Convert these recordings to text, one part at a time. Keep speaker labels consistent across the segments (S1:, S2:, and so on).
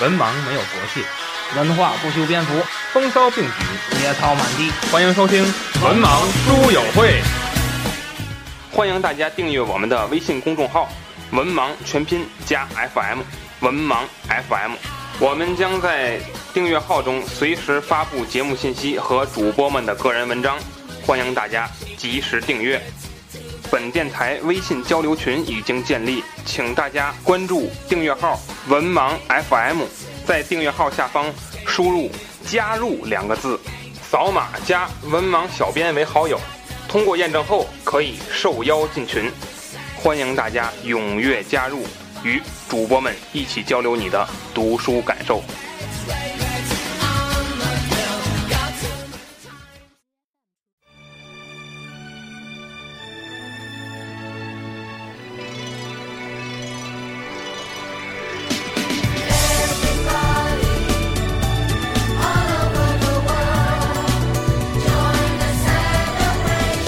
S1: 文盲没有国界，文化不修边幅，风骚并举，野草满地。欢迎收听《文盲书友会》，欢迎大家订阅我们的微信公众号“文盲全拼加 FM”，文盲 FM。我们将在订阅号中随时发布节目信息和主播们的个人文章，欢迎大家及时订阅。本电台微信交流群已经建立，请大家关注订阅号“文盲 FM”，在订阅号下方输入“加入”两个字，扫码加文盲小编为好友，通过验证后可以受邀进群，欢迎大家踊跃加入，与主播们一起交流你的读书感受。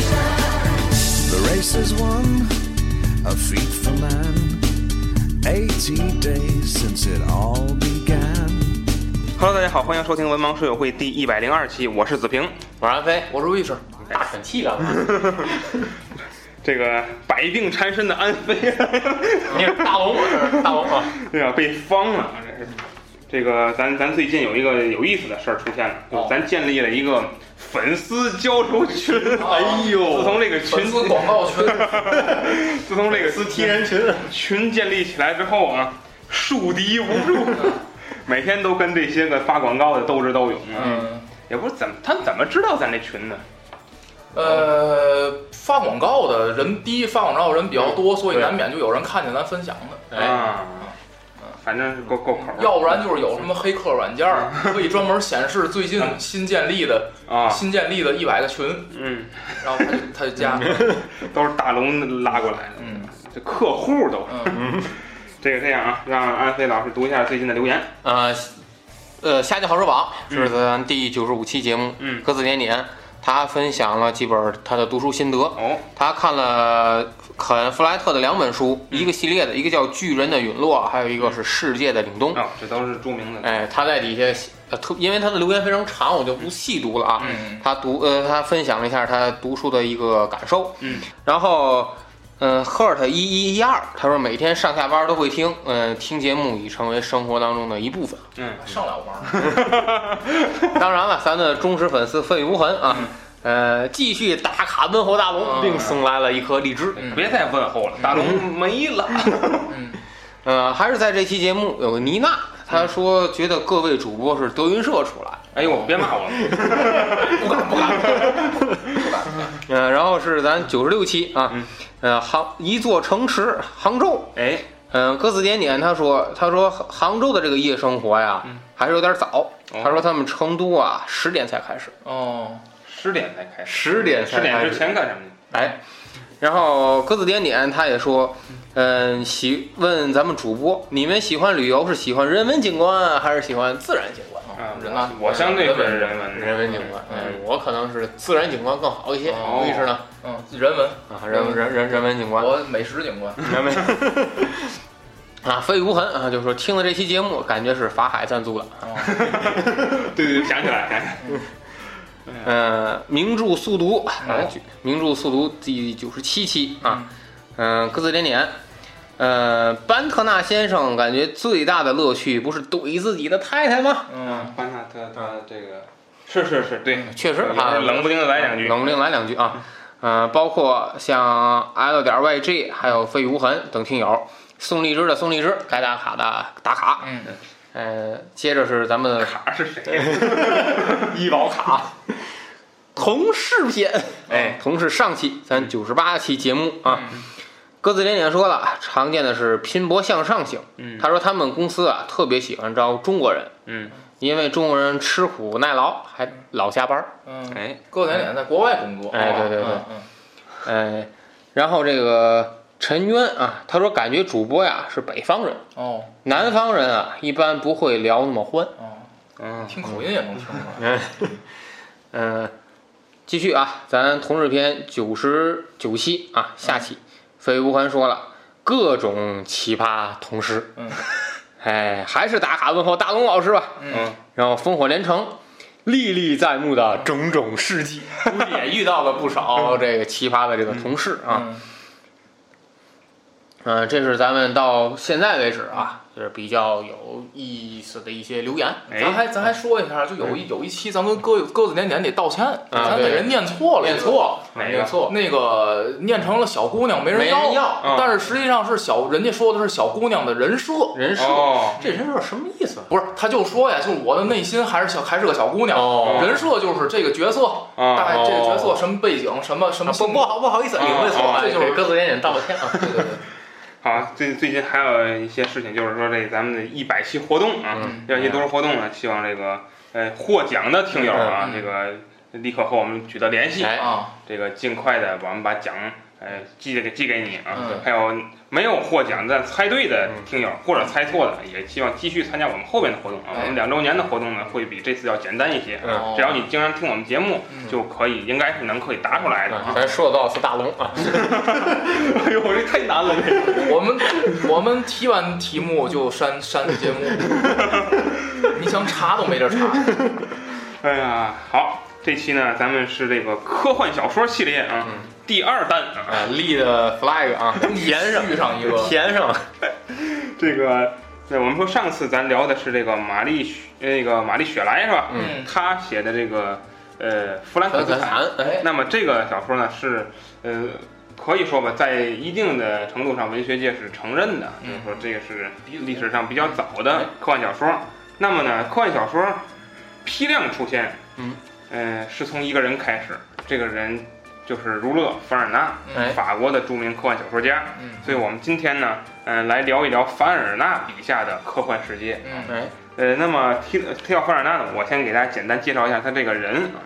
S2: The race is won, a feat for man. 80 days since it all began.
S1: Hello，大家好，欢迎收听文盲书友会第一百零二期，我是子平。
S3: 我是安飞，
S4: 我是卫士，
S3: 大喘气干嘛？
S1: 这个百病缠身的安飞，
S3: 你是大龙，我是大龙 啊！
S1: 对啊，被方了，这是。这个咱咱最近有一个有意思的事儿出现了，就
S3: 哦
S1: 咱建立了一个粉丝交流群。
S3: 哦
S1: 哎呦，自从这个群
S4: 粉丝广告 群，
S1: 自从 这个
S3: 撕踢人群，
S1: 群建立起来之后啊，树敌无 数，每天都跟这些个发广告的斗智斗勇啊。
S4: 嗯，
S1: 也不是怎么他们怎么知道咱这群的？
S4: 呃，发广告的人，第一发广告的人比较多，所以
S3: 对
S4: 难免就有人看见咱分享的，
S3: 哎，
S1: 啊，反正是够够口儿
S4: 要不然就是有什么黑客软件 儿可以专门显示最近新建立的
S1: 啊，
S4: 新建立的一百个群，
S1: 嗯，
S4: 然后他就他就加，
S1: 都是大龙拉过来的，
S4: 嗯
S1: 这客户都是。
S4: 嗯，
S1: 这个这样啊，让安飞老师读一下最近的留言。
S3: 呃，呃，下届好书榜是咱第九十五期节目，
S1: 嗯
S3: 格子年年，他分享了几本他的读书心得，
S1: 哦，
S3: 他看了肯弗莱特的两本书，
S1: 嗯
S3: 一个系列的，一个叫《巨人的陨落》，还有一个是《世界的凛冬》。
S1: 哦，这都是著名的。
S3: 哎，他在底下写呃特，因为他的留言非常长，我就不细读了啊。
S4: 嗯
S3: 他读呃，他分享了一下他读书的一个感受。
S1: 嗯，
S3: 然后嗯、赫尔特一一一二，他说每天上下班都会听，嗯、听节目已成为生活当中的一部分。
S1: 嗯，
S4: 上了班，
S3: 当然了，咱的忠实粉丝奋勇无痕啊。呃，继续打卡问候大龙，
S4: 嗯
S3: 并送来了一颗荔枝。
S4: 嗯
S1: 别再问候了，大龙没了。
S4: 嗯，
S3: 呃，还是在这期节目有个妮娜，她说觉得各位主播是德云社出来，
S1: 哎呦，别骂我了。
S4: 不敢不敢不敢，
S3: 嗯、然后是咱九十六期啊，
S1: 嗯
S3: 呃，杭一座城池杭州，
S1: 哎，
S3: 嗯、歌词点点他说，他说杭杭州的这个夜生活呀，
S1: 嗯
S3: 还是有点早。
S1: 哦
S3: 他说他们成都啊，十点才开始，
S4: 哦，
S1: 十点才开始，
S3: 十点
S1: 十点之。前干什么呢？
S3: 哎，然后歌词点点他也说，嗯、喜问咱们主播，你们喜欢旅游是喜欢人文景观啊还是喜欢自然景观？
S1: 啊
S4: 人呐，
S1: 我相对是人文的。
S3: 人文景观，
S4: 嗯
S3: 嗯，我可能是自然景观更好一些，
S4: 哦
S3: 意思呢嗯
S4: 嗯，人文，
S3: 啊，人人人人文景观，
S4: 我美食景观，
S3: 人文啊，飞雨无痕啊，就说听了这期节目，感觉是法海赞助的，
S4: 哦，
S1: 对对对，想起来，想起来。
S3: 呃，名著速读啊
S4: 哦，
S3: 就名著速读第九十七期啊，嗯，各自点点。呃，班特纳先生感觉最大的乐趣不是怼自己的太太吗？
S4: 嗯，
S1: 班纳特他这个是是是对，
S3: 确实
S1: 有时
S3: 啊，
S1: 候冷不丁的来两句。
S3: 冷不 丁来两句啊。呃，包括像 L 点 YG，还有飞雨无痕等听友，送荔枝的送荔枝，该打卡的打卡。
S4: 嗯，
S3: 呃，接着是咱们
S1: 卡是谁？
S3: 医保卡。同事篇，哎，同事上期
S1: 嗯
S3: 咱九十八期节目啊，鸽子连连说了，常见的是拼搏向上型。
S1: 嗯
S3: 他说他们公司啊特别喜欢招中国人，
S1: 嗯，
S3: 因为中国人吃苦耐劳，还老加班。儿。
S4: 嗯，
S1: 哎，
S4: 各点点在国外工作，
S3: 哎对对对
S4: 嗯嗯
S3: 哎，然后这个陈渊啊，他说感觉主播呀是北方人，
S4: 哦
S3: 南方人啊一般不会聊那么欢。
S4: 哦，
S1: 嗯，
S4: 听口音也能听出来。
S3: 嗯，嗯，继续啊，咱同志篇九十九期
S4: 嗯
S3: 啊，下期飞无痕说了各种奇葩同事，
S4: 嗯，
S3: 哎，还是打卡问候大龙老师吧。
S4: 嗯，
S3: 然后烽火连城，历历在目的种种事迹，
S4: 估计也遇到了不少。
S3: 哦，这个奇葩的这个同事啊，
S4: 嗯
S3: 嗯、这是咱们到现在为止啊，就是比较有意思的一些留言。
S1: 哎
S4: 咱还咱还说一下，就有一有一期咱跟鸽鸽子年年得道歉，咱给
S3: 嗯啊对
S4: 人念错了，
S3: 念错，
S1: 哪个
S3: 念错？
S4: 那个念成了小姑娘，没人
S3: 没人要嗯
S4: 但是实际上是小，人家说的是小姑娘的人设。
S3: 人设、
S1: 哦，
S3: 这人设什么意思？啊
S4: 不是，他就说呀，就是我的内心还是小，还是个小姑娘。
S3: 哦
S4: 人设就是这个角色，
S1: 啊
S4: 大概这个角色什么背景，什么什么
S3: 啊不
S4: 性
S3: 不
S4: 格。
S3: 好不好意思，领会错了，
S4: 这就是
S3: 给鸽子脸脸道个歉啊。
S4: 对对对，
S1: 好，最最近还有一些事情，就是说这咱们的一百期活动啊，
S3: 嗯
S1: 一百期多少活动呢？希望这个呃获奖的听友啊，
S4: 嗯
S1: 这个立刻和我们取得联系，
S3: 哎
S4: 啊，
S1: 这个尽快的我们把奖呃寄给寄给你啊。
S4: 嗯
S1: 还有没有获奖但猜对的听友、或者猜错的，也希望继续参加我们后边的活动啊。
S4: 哎
S1: 我们两周年的活动呢，会比这次要简单一些。
S3: 嗯
S1: 只要你经常听我们节目，
S4: 嗯
S1: 就可以应该是能可以答出来的
S3: 啊
S1: 啊。
S3: 咱说到是大龙啊，
S1: 哎呦，我这太难了，这个。
S4: 我们我们提完题目就删删节目，你想查都没地儿查。
S1: 哎呀，好，这期呢，咱们是这个科幻小说系列啊，第二弹啊，
S3: 啊立的 flag 啊，填上
S4: 续上一个
S3: 填上，
S1: 这个。呃那我们说上次咱聊的是这个玛丽雪，呃那个玛丽雪莱是吧？
S4: 嗯
S1: 她写的这个呃《弗兰
S3: 很
S1: 肯斯
S3: 很
S1: 坦
S3: 惨，》。哎，
S1: 那么这个小说呢是呃可以说吧，在一定的程度上文学界是承认的，
S3: 嗯
S1: 就是说这个是历史上比较早
S3: 哎
S1: 的科幻小说。那么呢，科幻小说批量出现，
S3: 嗯，
S1: 呃，是从一个人开始，这个人就是儒勒·凡尔纳，
S3: 哎
S1: 法国的著名科幻小说家。
S4: 嗯
S1: 所以我们今天呢，嗯、来聊一聊凡尔纳笔下的科幻世界。
S4: 嗯
S3: 哎，
S1: 呃，那么提提到凡尔纳呢，我先给大家简单介绍一下他这个人啊。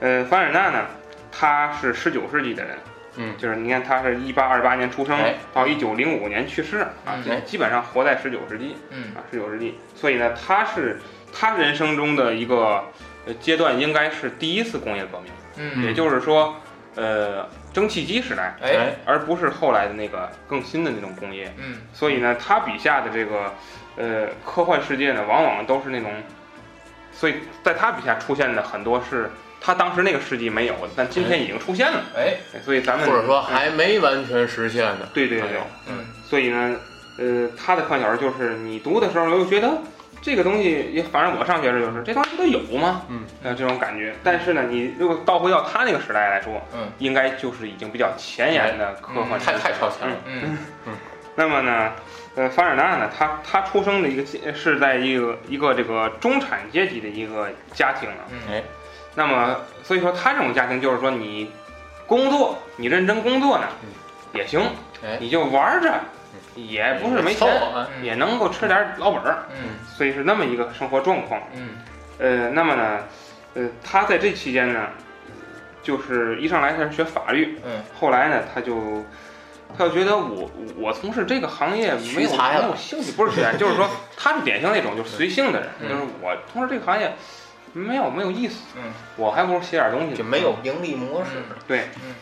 S1: 呃，凡尔纳呢，他是十九世纪的人，
S3: 嗯
S1: 就是你看他是一八二八年出生
S3: 哎，
S1: 到一九零五年去世啊，
S3: 哎
S1: 基本上活在十九世纪
S4: 嗯
S1: 啊，十九世纪。所以呢，他是他人生中的一个呃阶段，应该是第一次工业革命，
S4: 嗯，
S1: 也就是说，呃，蒸汽机时代，
S4: 哎，
S1: 而不是后来的那个更新的那种工业。
S4: 嗯
S1: 所以呢，他笔下的这个呃科幻世界呢，往往都是那种，所以在他笔下出现的很多是他当时那个世纪没有的，但今天已经出现了。
S4: 哎，
S1: 哎所以咱
S3: 或
S1: 们
S3: 者说哎还没完全实现呢。
S1: 对对对对，
S4: 嗯
S1: 所以呢，呃，他的幻小说就是你读的时候又觉得。这个东西也，反正我上学时候就是这东西不都有吗？
S3: 嗯，
S1: 呃，这种感觉。但是呢，你如果倒回到他那个时代来说，
S4: 嗯，
S1: 应该就是已经比较前沿的科幻世界
S3: 哎太太超前了，
S4: 嗯
S1: 那么呢，呃，凡尔纳呢，他他出生的一个阶是在一个一个这个中产阶级的一个家庭啊。
S4: 嗯
S3: 哎，
S1: 那么所以说他这种家庭就是说你工作，你认真工作呢
S3: 嗯，
S1: 也行，
S3: 哎，
S1: 你就玩着，也不是没
S3: 凑
S1: 钱，
S3: 合啊
S1: 也能够吃点老本儿，
S4: 嗯
S1: 所以是那么一个生活状况。
S4: 嗯
S1: 呃，那么呢，呃，他在这期间呢，就是一上来他是学法律，
S4: 嗯，
S1: 后来呢，他就他就觉得我我从事这个行业没
S3: 屈
S1: 有
S3: 才了
S1: 没有兴趣，不是学 才，就是说他是典型那种就是随性的人，
S4: 嗯
S1: 就是我从事这个行业没有没有意思，
S4: 嗯
S1: 我还不如写点东西呢
S3: 就没有盈利模式。
S1: 对，
S4: 嗯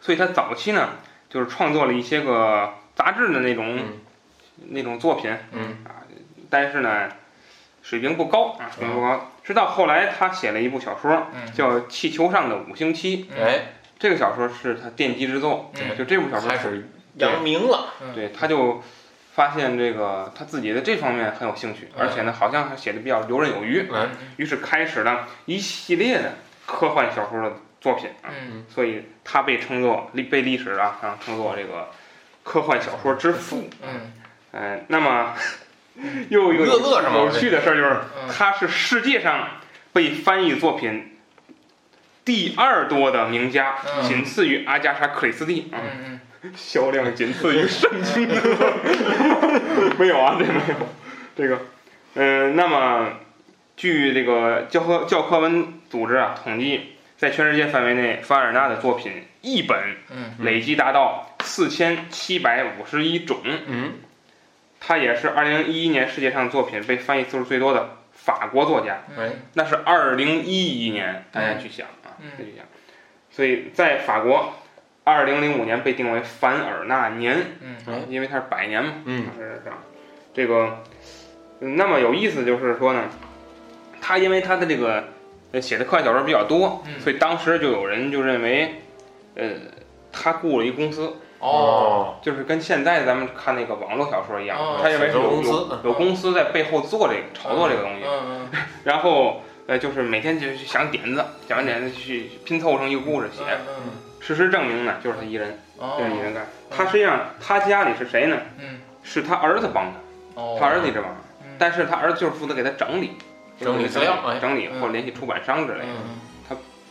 S1: 所以他早期呢就是创作了一些个杂志的那种、
S3: 嗯
S1: 那种作品，
S3: 嗯
S1: 但是呢水平不高啊，水平不
S3: 嗯
S1: 高，直到后来他写了一部小说
S4: 嗯
S1: 叫《气球上的五星期》，
S3: 哎，
S1: 这个小说是他奠基之作，
S4: 嗯
S1: 就这部小说
S3: 开始扬名了。
S1: 对，他就发现这个他自己的这方面很有兴趣，
S4: 嗯
S1: 而且呢，好像还写的比较游刃有余，
S3: 嗯，
S1: 于是开始了一系列的科幻小说的作品啊，
S4: 嗯
S1: 所以他被称作历被历史啊啊称作这个科幻小说之父。
S4: 嗯
S1: 嗯，那么又有
S3: 乐乐是吗
S1: 有趣的事儿就是，
S4: 嗯，
S1: 他是世界上被翻译作品第二多的名家，
S4: 嗯
S1: 仅次于阿加莎·克里斯蒂啊。
S4: 嗯
S1: 销量仅次于圣经的， 没有啊，这没有，这个，嗯、那么据这个教科教科文组织啊统计，在全世界范围内，凡尔纳的作品一本
S4: 嗯
S1: 累计达到四千七百五十一种，
S3: 嗯，
S1: 他也是二零一一年世界上作品被翻译次数最多的法国作家，
S4: 嗯，
S1: 那是二零一一年，大家去想啊，
S4: 嗯
S1: 自己想。所以在法国，二哎零零五年被定为凡尔纳年，
S4: 嗯
S1: 因为它是百年嘛，
S3: 嗯
S1: 是这样。这个，嗯那么有意思就是说呢，他因为他的这个呃写的科幻小说比较多，
S4: 嗯
S1: 所以当时就有人就认为，呃，他雇了一公司，
S4: 哦，
S1: 就是跟现在咱们看那个网络小说一样，
S4: 哦
S1: 他认为是有
S3: 小说公司
S1: 有
S3: 嗯
S1: 有公司在背后做这个炒作这个东西，
S4: 嗯嗯
S1: 然后呃就是每天就去想点子，想完点子去拼凑成一个故事写。
S4: 嗯，
S1: 事实证明呢，就是他一人，就是一
S4: 哦，
S1: 人干。他实际上他家里是谁呢？
S4: 嗯，
S1: 是他儿子帮他，
S4: 哦，
S1: 他儿子一直帮他，
S4: 嗯，
S1: 但是他儿子就是负责给他整理。
S3: 整理资料哎
S1: 整理
S4: 嗯
S1: 或联系出版商之类的，
S4: 嗯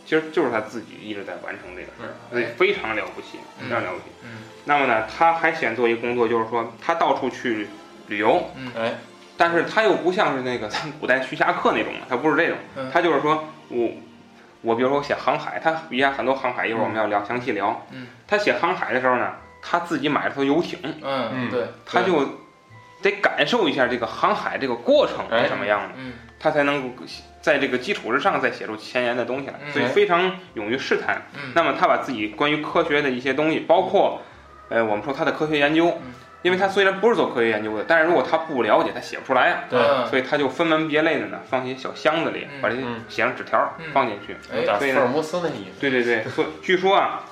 S1: 其实就是他自己一直在完成这个事儿，
S4: 嗯
S1: 所以非常了不起，非
S4: 嗯
S1: 常了不起。
S4: 嗯
S1: 那么呢，他还喜欢做一个工作，就是说他到处去旅游，
S4: 嗯
S3: 哎，
S1: 但是他又不像是那个 咱古代徐霞客那种，他不是这种，
S4: 嗯
S1: 他就是说我我比如说我写航海，他底下很多航海，一会儿我们要聊详细聊。
S4: 嗯，
S1: 他写航海的时候呢，他自己买了艘游艇，
S4: 嗯，对，
S1: 他就得感受一下这个航海这个过程
S3: 哎
S1: 是什么样的，
S4: 嗯
S1: 他才能够在这个基础之上再写出前沿的东西来，
S4: 嗯
S1: 所以非常勇于试探。
S4: 嗯，
S1: 那么他把自己关于科学的一些东西，包括，呃，我们说他的科学研究
S4: 嗯，
S1: 因为他虽然不是做科学研究的，但是如果他不了解，他写不出来呀、
S3: 对，
S1: 所以他就分门别类的呢，放进小箱子里，
S4: 嗯
S1: 把这些
S3: 嗯
S1: 写上纸条
S4: 嗯
S1: 放进去。
S4: 哎，
S3: 打福尔摩斯那意思，
S1: 对对对，所以据说啊，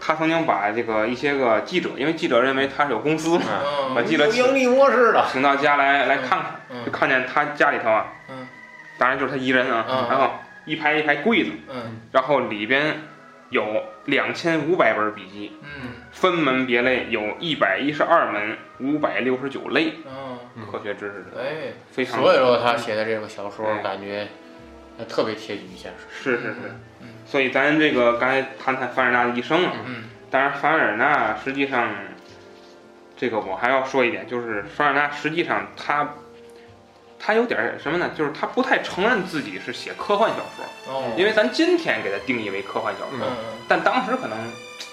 S1: 他曾经把这个一些个记者，因为记者认为他是有公司嘛，
S3: 嗯，
S4: 嗯，
S1: 把记者请
S3: 盈利模式的，
S1: 请到家来来看看，
S4: 嗯
S1: 就看见他家里头啊，
S4: 嗯
S1: 当然就是他一人啊，
S4: 嗯
S1: 然后一排一排柜子，
S4: 嗯
S1: 然后里边有两千五百本笔记，
S4: 嗯
S1: 分门别类有一百一十二门五百六十九类
S4: 嗯，
S3: 嗯
S1: 科学知识的，
S4: 哎，
S1: 非常
S3: 所以说他写的这个小说
S1: 嗯
S3: 感觉呃特别贴近于现实。
S1: 是是是
S4: 嗯。
S1: 所以咱这个刚才谈谈凡尔纳的一生啊，
S4: 嗯
S1: 当然，凡尔纳实际上，这个我还要说一点，就是凡尔纳实际上他，他有点儿什么呢？就是他不太承认自己是写科幻小说，
S4: 哦，
S1: 因为咱今天给他定义为科幻小说，
S3: 嗯
S4: 嗯
S1: 但当时可能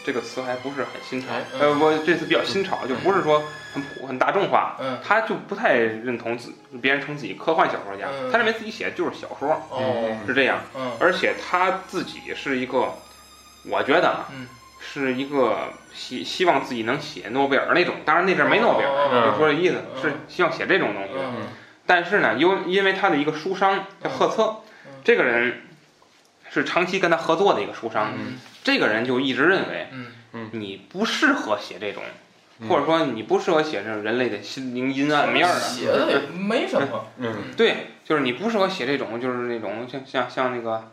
S1: 这个词还不是很新潮
S3: 哎。
S4: 嗯
S1: 呃，我这次比较新潮，就不是说很普很大众化。
S4: 嗯
S1: 他就不太认同自别人称自己科幻小说家，
S4: 嗯
S1: 他认为自己写的就是小说，
S4: 哦
S1: 是这样。
S4: 嗯
S1: 而且他自己是一个，我觉得啊，
S4: 嗯
S1: 是一个希希望自己能写诺贝尔那种，当然那阵儿没诺贝尔，
S4: 哦
S1: 就说这意思
S4: 嗯
S1: 是希望写这种东西。
S4: 嗯
S1: 但是呢，因因为他的一个书商叫赫策
S4: 嗯，
S1: 这个人是长期跟他合作的一个书商，
S4: 嗯
S1: 这个人就一直认为
S4: 嗯
S1: 你不适合写这种，
S3: 嗯
S1: 或者说你不适合写这种人类的心灵阴暗面儿啊。
S4: 嗯写的也没什么，
S3: 嗯，
S1: 对，就是你不适合写这种，就是那种像像像那个，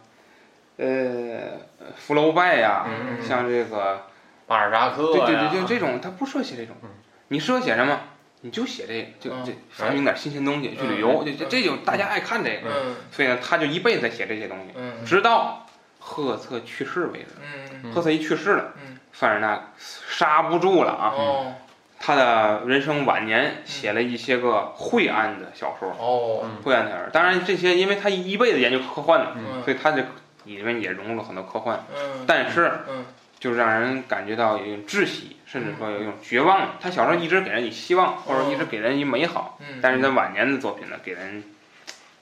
S1: 呃，福楼拜呀、
S3: 嗯嗯嗯
S1: 像这个，
S3: 巴尔扎克
S1: 对对
S3: 呀
S1: 对，就这种，他不适合写这种
S3: 嗯。
S1: 你适合写什么？你就写这就
S4: 嗯
S1: 这发明点新鲜东西，去
S3: 嗯
S1: 旅游，这这这就大家爱看这个。
S4: 嗯
S1: 所以呢，他就一辈子在写这些东西，
S4: 嗯
S1: 直到赫策去世为止。
S4: 嗯
S1: 赫策一去世了
S4: 嗯，
S1: 凡尔纳刹不住了啊！
S4: 哦
S1: 他的人生晚年写了一些个晦暗的小说，
S4: 哦
S1: 会暗点儿。当然，这些因为他一辈子研究科幻的，
S4: 嗯
S1: 所以他这里面也融入了很多科幻，
S4: 嗯
S1: 但是
S4: 嗯
S1: 就让人感觉到有一种窒息，甚至说有一种绝望。他小时候一直给人以希望，或者说一直给人以美好，
S4: 嗯，
S1: 但是在晚年的作品呢，给人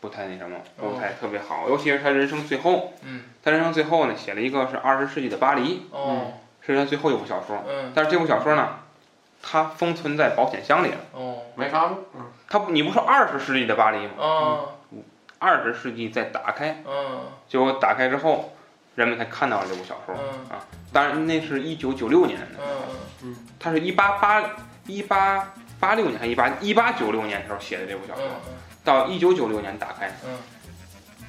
S1: 不太那什么，
S4: 哦
S1: 不太特别好。尤其是他人生最后，
S4: 嗯
S1: 他人生最后呢，写了一个是二十世纪的巴黎，
S4: 哦
S1: 是他最后一部小说。
S4: 嗯
S1: 但是这部小说呢，它封存在保险箱里了。
S4: 哦
S3: 没啥路。嗯
S1: 它不你不说二十世纪的巴黎吗？
S4: 啊
S1: 二十世纪再打开，
S4: 嗯
S1: 结果打开之后，人们才看到了这部小说。
S4: 嗯
S1: 当然，那是一九九六年的，
S4: 嗯
S1: 他是一八八一八八六年还一八一八九六年的时候写的这部小说，
S4: 嗯
S1: 到一九九六年打开，
S4: 嗯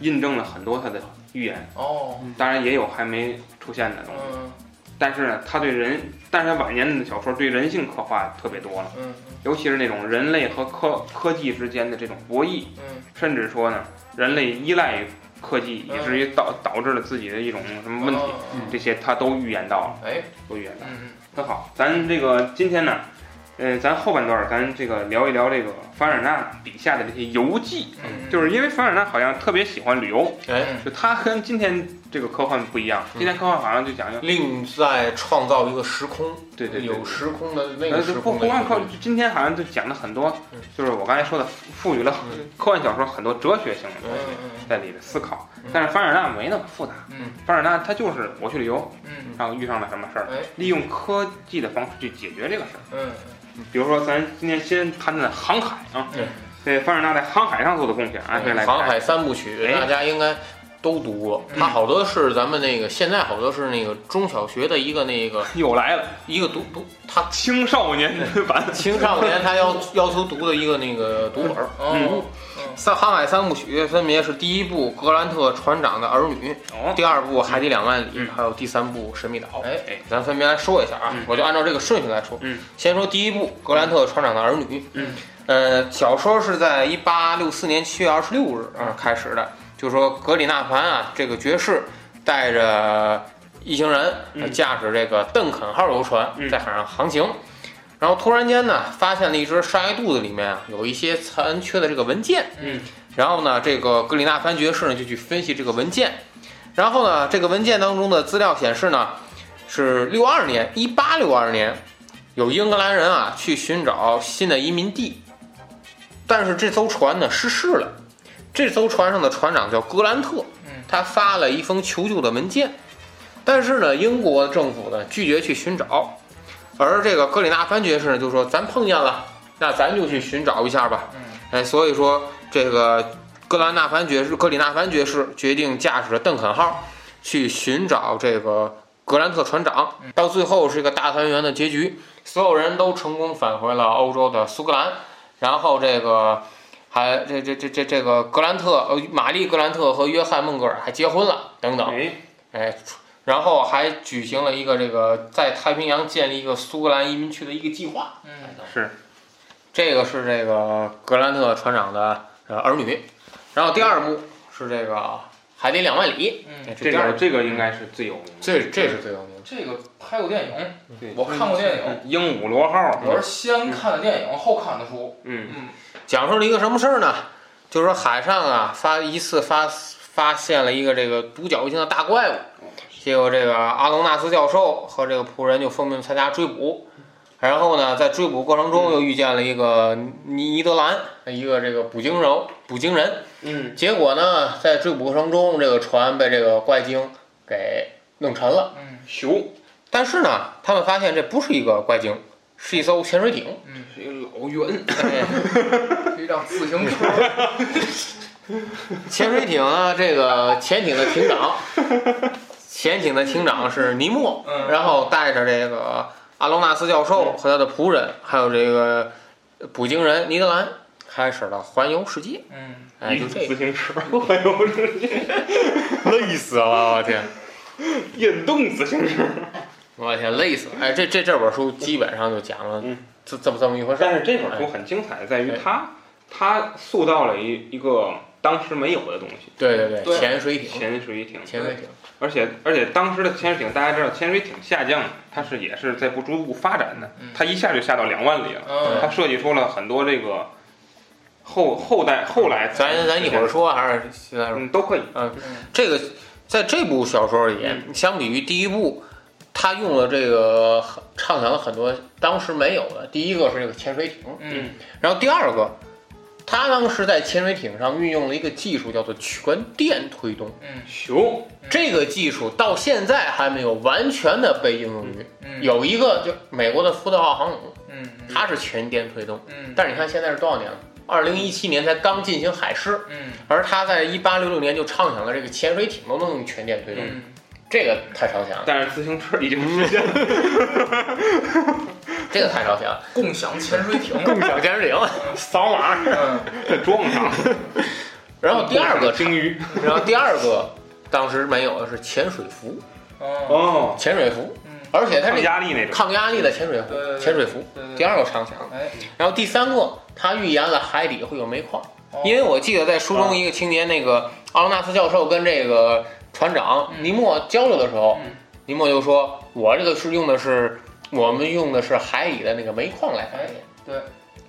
S1: 印证了很多他的预言。
S4: 哦
S1: 当然也有还没出现的东西，
S4: 嗯
S1: 但是呢，他对人，但是他晚年的小说对人性刻画特别多了，
S4: 嗯
S1: 尤其是那种人类和科科技之间的这种博弈，
S4: 嗯
S1: 甚至说呢，人类依赖于科技，以至于
S4: 嗯
S1: 导导致了自己的一种什么问
S4: 哦
S1: 题，嗯这些他都预言到了。
S4: 哎
S1: 都远了。
S4: 嗯
S1: 很好，咱这个今天呢，呃，咱后半段儿咱这个聊一聊这个凡尔纳笔下的这些游记，
S4: 嗯
S1: 就是因为凡尔纳好像特别喜欢旅游，
S3: 哎，
S1: 就他跟今天这个科幻不一
S3: 嗯
S1: 样，现在科幻好像就讲究，
S3: 另在创造一个时空，
S1: 对对对
S3: 有时空的那
S1: 呃，
S3: 个
S1: 就
S3: 时
S1: 不
S3: 空
S1: 不
S3: 的一个嗯
S1: 光
S3: 东
S1: 靠
S3: 西，
S1: 今天好像就讲了很多
S3: 嗯，
S1: 就是我刚才说的，赋予了
S3: 嗯
S1: 科幻小说很多哲学性的东
S4: 嗯
S1: 西
S4: 嗯
S1: 在里边思考。但是凡尔纳没那么复杂，
S4: 嗯
S1: 凡尔纳他就是我去旅游，
S4: 嗯
S1: 然后遇上了什么事儿
S4: 哎，
S1: 利用科技的方式去解决这个事儿。
S4: 嗯
S1: 比如说，咱今天先谈谈航海啊，
S4: 嗯，
S1: 这凡尔纳在航海上做的贡献啊，可以来
S3: 航
S1: 看
S3: 海三部曲，
S1: 哎
S3: 大家应该都读过。
S4: 嗯
S3: 它好多是咱们那个现在好多是那个中小学的一个那个
S1: 又来了，
S3: 一个读读，他
S1: 青少 年版
S3: 青少年他要要求读的一个那个读本儿。
S4: 哦
S3: 三航海三部曲分别是第一部《格兰特船长的儿女》，
S1: 哦，
S3: 第二部《海底两万里》，
S1: 嗯
S3: 还有第三部《神秘岛》。
S4: 哎
S1: 哎
S3: 咱分别来说一下啊，
S1: 嗯
S3: 我就按照这个顺序来说。
S1: 嗯，
S3: 先说第一部《格兰特船长的儿女》。
S1: 嗯，
S3: 呃，小说是在一八六四年七月二十六日啊、开始的，就说格里纳凡啊这个爵士带着一行人、
S1: 嗯
S3: 驾驶这个邓肯号游船
S1: 嗯
S3: 在海上航行。然后突然间呢，发现了一只鲨鱼肚子里面啊有一些残缺的这个文件。
S1: 嗯，
S3: 然后呢，这个格里纳凡爵士呢就去分析这个文件，然后呢，这个文件当中的资料显示呢，是六二年，一八六二年，有英格兰人啊去寻找新的移民地，但是这艘船呢失事了。这艘船上的船长叫格兰特
S4: 嗯，
S3: 他发了一封求救的文件，但是呢，英国政府呢拒绝去寻找，而这个格里纳潘爵士呢就说：“咱碰见了，那咱就去寻找一下吧。”
S4: 嗯
S3: 哎，所以说这个格兰纳凡爵士、格里纳凡爵士决定驾驶着邓肯号去寻找这个格兰特船长，到最后是一个大团圆的结局，所有人都成功返回了欧洲的苏格兰，然后这个。还这这这这这个格兰特呃，玛丽格兰特和约翰孟格尔还结婚了等等，
S1: 哎，
S3: 哎，然后还举行了一个这个在太平洋建立一个苏格兰移民区的一个计划，
S4: 嗯
S1: 是
S3: 这个是这个格兰特船长的呃儿女，然后第二部是这个海底两万里，
S4: 嗯，
S3: 哎
S1: 这
S3: 第二
S1: 个
S3: 部
S1: 这个应该是最有名的，
S3: 这这是最有名的。
S4: 这个拍过电影，
S1: 对嗯
S4: 我看过电影，
S1: 鹦鹉螺号，
S4: 我是先看的电影，后看的书。
S1: 嗯，
S4: 嗯
S3: 讲述了一个什么事儿呢？就是说海上啊发一次发发现了一个这个独角鲸的大怪物，结果这个阿隆纳斯教授和这个仆人就奉命参加追捕，然后呢在追捕过程中又遇见了一个尼德兰一个这个捕鲸人捕鲸人，
S1: 嗯，
S3: 结果呢，在追捕过程中，这个船被这个怪鲸给弄沉了。
S4: 嗯
S1: 熊
S3: 但是呢，他们发现这不是一个怪鲸，是一艘潜水 艇。哎
S4: 嗯，
S1: 是一个老猿，
S4: 是一辆自行车。
S3: 潜水艇啊，这个潜艇的艇 长，潜艇的艇长是尼莫，
S4: 嗯
S3: 然后带着这个阿隆纳斯教授和他的仆人，还有这个捕鲸人尼德兰，开始了环游世界。
S4: 嗯
S3: 哎，
S1: 一
S3: 就
S1: 个
S3: 这
S1: 自
S3: 个，
S1: 行车， 哎呦，我这
S3: 累死了，我天！
S1: 运动自行车。
S3: 我天，累死了！哎，这这这本书基本上就讲了
S1: 嗯
S3: 这这么这么一回事 儿。
S1: 但是这本书很精彩，在于它它塑造了一一个当时没有的东西，
S3: 对对
S4: 对
S3: 对，潜水艇，
S1: 潜水艇。
S3: 潜水艇，
S1: 而且而且当时的潜水艇，大家知道潜水艇下降，它是也是在不逐步发展的
S4: 嗯，
S1: 它一下就下到两万里了。
S4: 嗯
S1: 它设计出了很多这个后后代后来才
S3: 咱咱一会儿说还是现在说？
S1: 嗯都可以，
S3: 嗯，这个在这部小说里，
S1: 嗯
S3: 相比于第一部，他用了这个畅想了很多当时没有的。第一个是这个潜水艇，
S4: 嗯
S3: 然后第二个，他当时在潜水艇上运用了一个技术叫做全电推动，
S4: 嗯
S1: 熊
S3: 这个技术到现在还没有完全的被应用于。
S4: 嗯，
S3: 有一个就美国的福特号航母，
S4: 嗯嗯
S3: 它是全电推动，
S4: 嗯
S3: 但是你看现在是多少年了？二零一七年才刚进行海试，
S4: 嗯
S3: 而他在一八六六年就畅想了这个潜水艇都能用全电推动，
S4: 嗯
S3: 这个太超前了，
S1: 但是自行车已经实现了。
S3: 这个太超前了，
S4: 共享潜水艇。
S3: 共享潜水艇，扫码。
S4: 嗯
S1: 这装上
S3: 然后第 二个，
S1: 鲸鱼
S3: 然后第二个，当时没有的是潜水服，
S4: 哦
S1: 哦，
S3: 潜水服，
S4: 嗯
S3: 而且它
S1: 抗
S3: 这
S1: 压力那种。
S3: 抗压力的潜水服
S4: 对对，对
S3: 潜水服
S4: 对对，
S3: 第二个畅想。
S4: 哎
S3: 然后第三个，他预言了海底会有煤矿
S4: 哦，
S3: 因为我记得在书中一个情节，那个奥罗纳斯教授跟这个船长
S4: 嗯
S3: 尼莫交流的时候
S4: 嗯，
S3: 尼莫就说：“我这个是用的是我们用的是海底的那个煤矿来发电。
S4: 对，”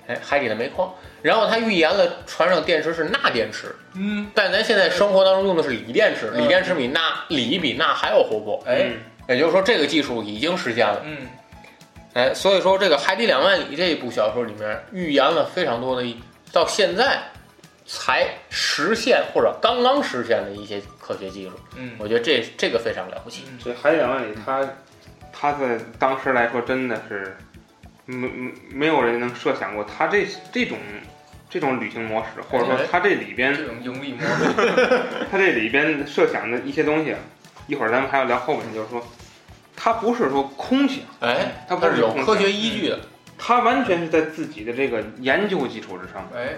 S3: 哎，海底的煤矿。然后他预言了船上电池是钠电池，
S4: 嗯，
S3: 但咱现在生活当中用的是锂电池，
S4: 嗯
S3: 锂电池比钠锂比钠还要活泼。
S1: 嗯
S4: 哎，
S3: 也就是说，这个技术已经实现了。
S4: 嗯，
S3: 哎，所以说这个《海底两万里》这一部小说里面预言了非常多的，到现在才实现或者刚刚实现的一些科学技术。
S4: 嗯，
S3: 我觉得这这个非常了不起。
S1: 所以《海底两万里》它，它在当时来说真的是没没没有人能设想过它这这种这种旅行模式，或者说
S3: 哎
S1: 它这里边
S4: 这种盈利模式，
S1: 它这里边设想的一些东西，一会儿咱们还要聊后面，就是说它不是说空想，
S3: 哎，
S1: 它不
S3: 它
S1: 是
S3: 是有科学依据的。
S1: 它完全是在自己的这个研究基础之上，
S4: 哎，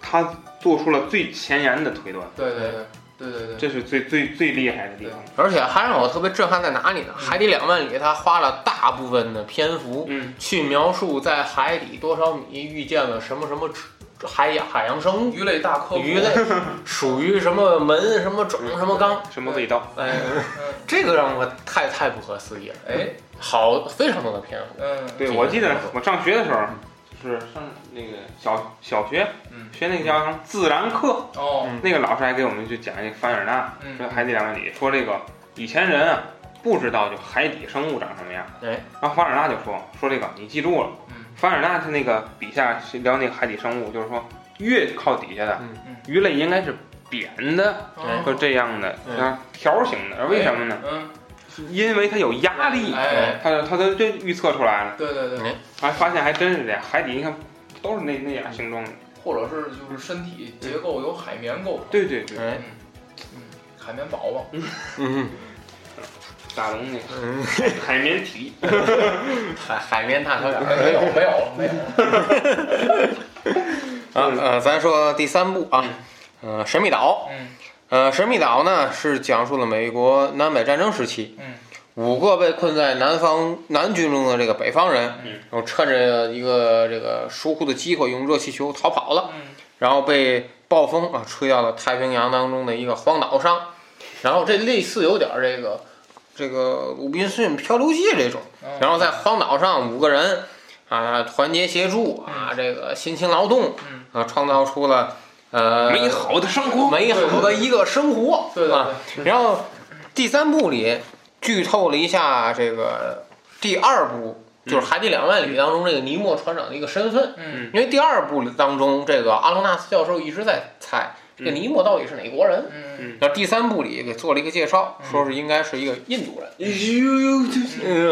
S1: 它做出了最前沿的推断，
S4: 对对对对对对，
S1: 这是最最最厉害的地方。
S3: 而且还让我特别震撼在哪里呢？《海底两万里》它花了大部分的篇幅
S1: 嗯，
S3: 去描述在海底多少米遇见了什么什么植海洋海洋生物。
S4: 鱼类大科普，
S3: 鱼类属于什么门什么种什么纲，
S1: 什么味道？
S3: 哎，
S4: 嗯，
S3: 这个让我太太不可思议了。
S4: 哎，
S3: 好，非常多的篇幅。
S4: 嗯，
S1: 对，
S3: 这个嗯
S1: 我记得
S3: 很好
S1: 我上学的时候，就是上那个小小学，
S4: 嗯
S1: 学那个叫什么自然课，
S4: 哦，
S1: 那个老师还给我们就讲一个凡尔纳，
S4: 嗯
S1: 说海底两万里，说这个以前人啊不知道就海底生物长什么样，
S3: 哎，
S1: 然后凡尔纳就说说这个你记住了，
S4: 嗯
S1: 凡尔纳他那个笔下是聊那个海底生物，就是说越靠底下的
S3: 嗯
S4: 嗯
S1: 鱼类应该是扁的，
S4: 哦
S1: 就这样的，
S3: 嗯
S1: 然后条形的，为什么呢？
S4: 嗯，
S1: 因为它有压力，
S4: 哎，
S1: 它它都这预测出来了。
S4: 对对对，
S1: 还发现还真是这样，海底你看都是那那样形状的。
S4: 或者是就是身体结构由海绵构成，
S1: 对对对，
S3: 哎，
S4: 嗯嗯，海绵宝宝，
S3: 嗯，
S1: 大龙那个
S3: 嗯
S1: 海绵体，
S3: 海海绵大小眼儿。
S4: 没有没有没有，
S3: 啊，呃，咱说第三部啊，呃，神秘岛。
S4: 嗯
S3: 呃，神秘岛呢是讲述了美国南北战争时期
S4: 嗯
S3: 五个被困在南方南军中的这个北方人，
S4: 嗯
S3: 然后趁着一个这个疏忽的机会，用热气球逃跑了。
S4: 嗯，
S3: 然后被暴风啊吹到了太平洋当中的一个荒岛上，然后这类似有点儿这个这个鲁滨逊漂流记这种，
S4: 嗯
S3: 然后在荒岛上五个人啊团结协助啊这个辛勤劳动
S4: 嗯
S3: 啊创造出了呃
S1: 美好的生活。
S3: 美好的一个生活
S4: 对对
S3: 啊，
S4: 对，
S3: 然后第三部里剧透了一下这个第二部就是《海底两万里》当中这个尼莫船长的一个身份，
S4: 嗯
S3: 因为第二部当中，这个阿隆纳斯教授一直在猜这个尼莫到底是哪国人。
S4: 嗯
S3: 然后第三部里给做了一个介绍，说是应该是一个印度人，
S4: 嗯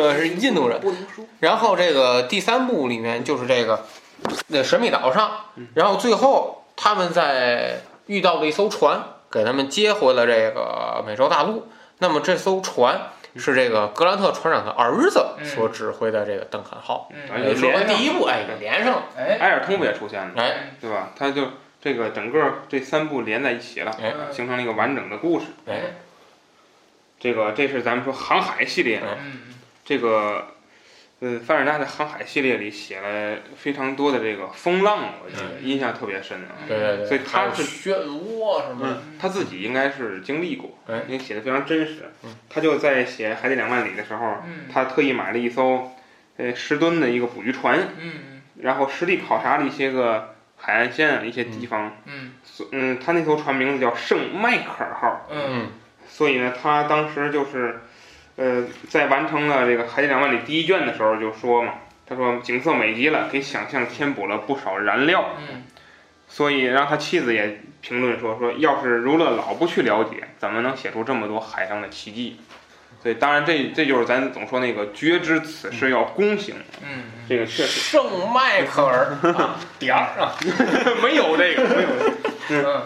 S3: 呃，是印度人。
S1: 不能说，
S3: 然后这个第三部里面就是这个那神秘岛上，然后最后他们在遇到了一艘船，给他们接回了这个美洲大陆。那么这艘船是这个格兰特船长的儿子所指挥的这个邓肯号。
S1: 嗯
S4: 嗯，
S3: 也就是说第一部哎也连上了，
S4: 哎，
S1: 埃尔通不也出现了，
S3: 哎
S1: 对吧？它就这个整个这三部连在一起了，
S3: 哎
S4: 嗯
S1: 形成了一个完整的故事。
S3: 哎，
S1: 这个这是咱们说航海系列，
S3: 哎
S4: 嗯
S1: 这个呃凡尔纳在航海系列里写了非常多的这个风浪，我记得印象特别深啊。
S3: 哎对对对，
S1: 所以他
S3: 还有
S1: 是
S3: 漩涡什么的，
S4: 嗯
S1: 他自己应该是经历过，
S3: 哎
S1: 因为写的非常真实。他就在写《海底两万里》的时候，
S4: 嗯
S1: 他特意买了一艘呃十吨的一个捕鱼船，
S4: 嗯
S1: 然后实地考察了一些个海岸线啊一些地方。
S4: 嗯
S1: 所嗯，他那艘船名字叫圣迈克尔号，
S4: 嗯
S1: 所以呢，他当时就是呃在完成了这个《海底两万里》第一卷的时候就说嘛，他说景色美极了，给想象添补了不少燃料。
S4: 嗯
S1: 所以让他妻子也评论说：“说要是儒勒老不去了解，怎么能写出这么多海上的奇迹？”所以，当然这这就是咱总说那个“绝知此事要躬行”，
S4: 嗯，
S1: 这个确实
S3: 圣迈克尔啊点儿啊，
S1: 没有这个，没有这个。
S4: 嗯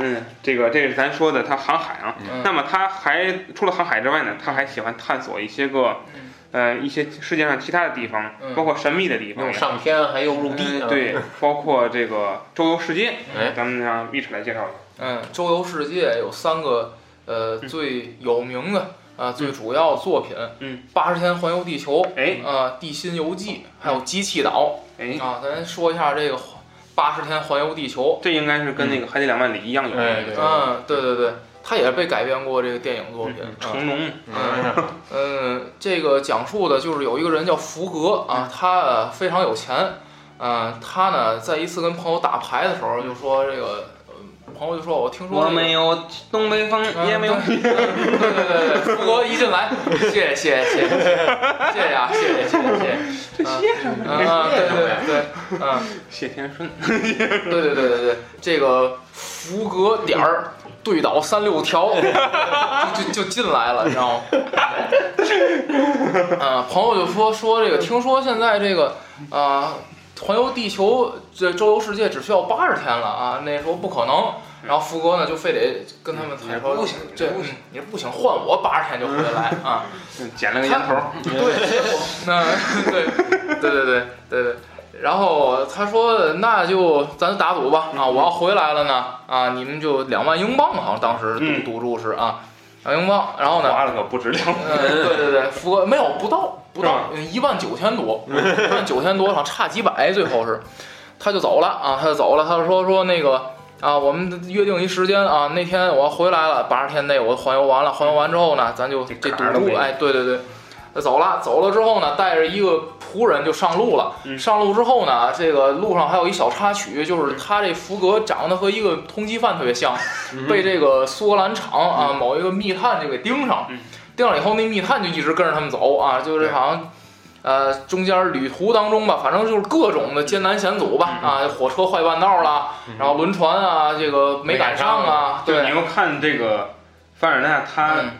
S1: 嗯，这个这是咱说的他航海啊。
S4: 嗯
S1: 那么他还除了航海之外呢，他还喜欢探索一些个
S4: 嗯
S1: 呃一些世界上其他的地方
S4: 嗯，
S1: 包括神秘的地方
S3: 又
S1: 呀。
S3: 上天还又入地，
S1: 嗯，，对，包括这个周游世界，
S3: 哎
S1: 咱们让一晨来介绍一下。
S4: 嗯，周游世界有三个呃最有名的啊最主要作品，
S1: 嗯，
S4: 八十天环游地球，
S1: 哎
S4: 啊地心游记，还有机器岛
S1: 哎，
S4: 啊，咱说一下这个八十天环游地球，
S1: 这应该是跟那个《海底两万里》一样有名
S3: 哎
S1: 的
S3: 对
S4: 嗯，对对对，它也被改编过这个电影作品，啊
S1: 成龙。
S3: 嗯
S4: 呃嗯，这个讲述的就是有一个人叫福格啊，他呃非常有钱，呃，他呢，在一次跟朋友打牌的时候，就说这个，呃朋友就说，我听说
S1: 我
S4: 这个
S1: 没有东北风，
S4: 嗯
S1: 也没有
S4: 对对对对，富哥一进来，谢谢谢谢谢谢谢谢啊，谢谢谢谢谢谢，谢什么啊？对对对，嗯，
S1: 谢天顺，
S4: 对对对对对，这个福格点儿对倒三六条， 就就就进来了，你知道吗？嗯，朋友就说说这个，听说现在这个啊、环游地球这周游世界只需要八十天了啊，那时候不可能。然后福哥呢就非得跟他们
S1: 嗯
S4: 谈说，
S1: 不行
S4: 这
S1: 不行
S4: 嗯你这不行，换我八十天就回来啊。
S1: 剪了个烟头儿，
S4: 那对对对对对对。然后他说：“那就咱打赌吧，啊，我要回来了呢，啊，你们就两万英镑，好像当时
S1: 嗯
S4: 赌赌注是啊，两万英镑。然后呢，
S1: 花了个不值两万。
S4: 嗯，对对对，福哥没有不到不
S1: 是
S4: 到
S1: 吧
S4: 一万九千多， 一万九千多，好像差几百，最后是，他就走了啊，他就走了，他就说说那个啊，我们约定一时间啊，那天我要回来了，八十天内我环游完了，环游完之后呢，咱就这
S1: 这
S4: 赌
S1: 坎儿都没
S4: 注，
S1: 了
S4: 哎，对对对。他走了，走了之后呢，带着一个仆人就上路了。
S1: 嗯
S4: 上路之后呢，这个路上还有一小插曲，就是他这福格长得和一个通缉犯特别像，被这个苏格兰场啊某一个密探就给盯上。
S1: 嗯
S4: 盯上以后，那密探就一直跟着他们走啊，就是
S1: 对
S4: 好像。呃，中间旅途当中吧，反正就是各种的艰难险阻吧，
S1: 嗯
S4: 啊，火车坏半道啦，然后轮船啊，这个没赶上啊，
S1: 就
S4: 对，
S1: 你要看这个凡尔纳他、
S4: 嗯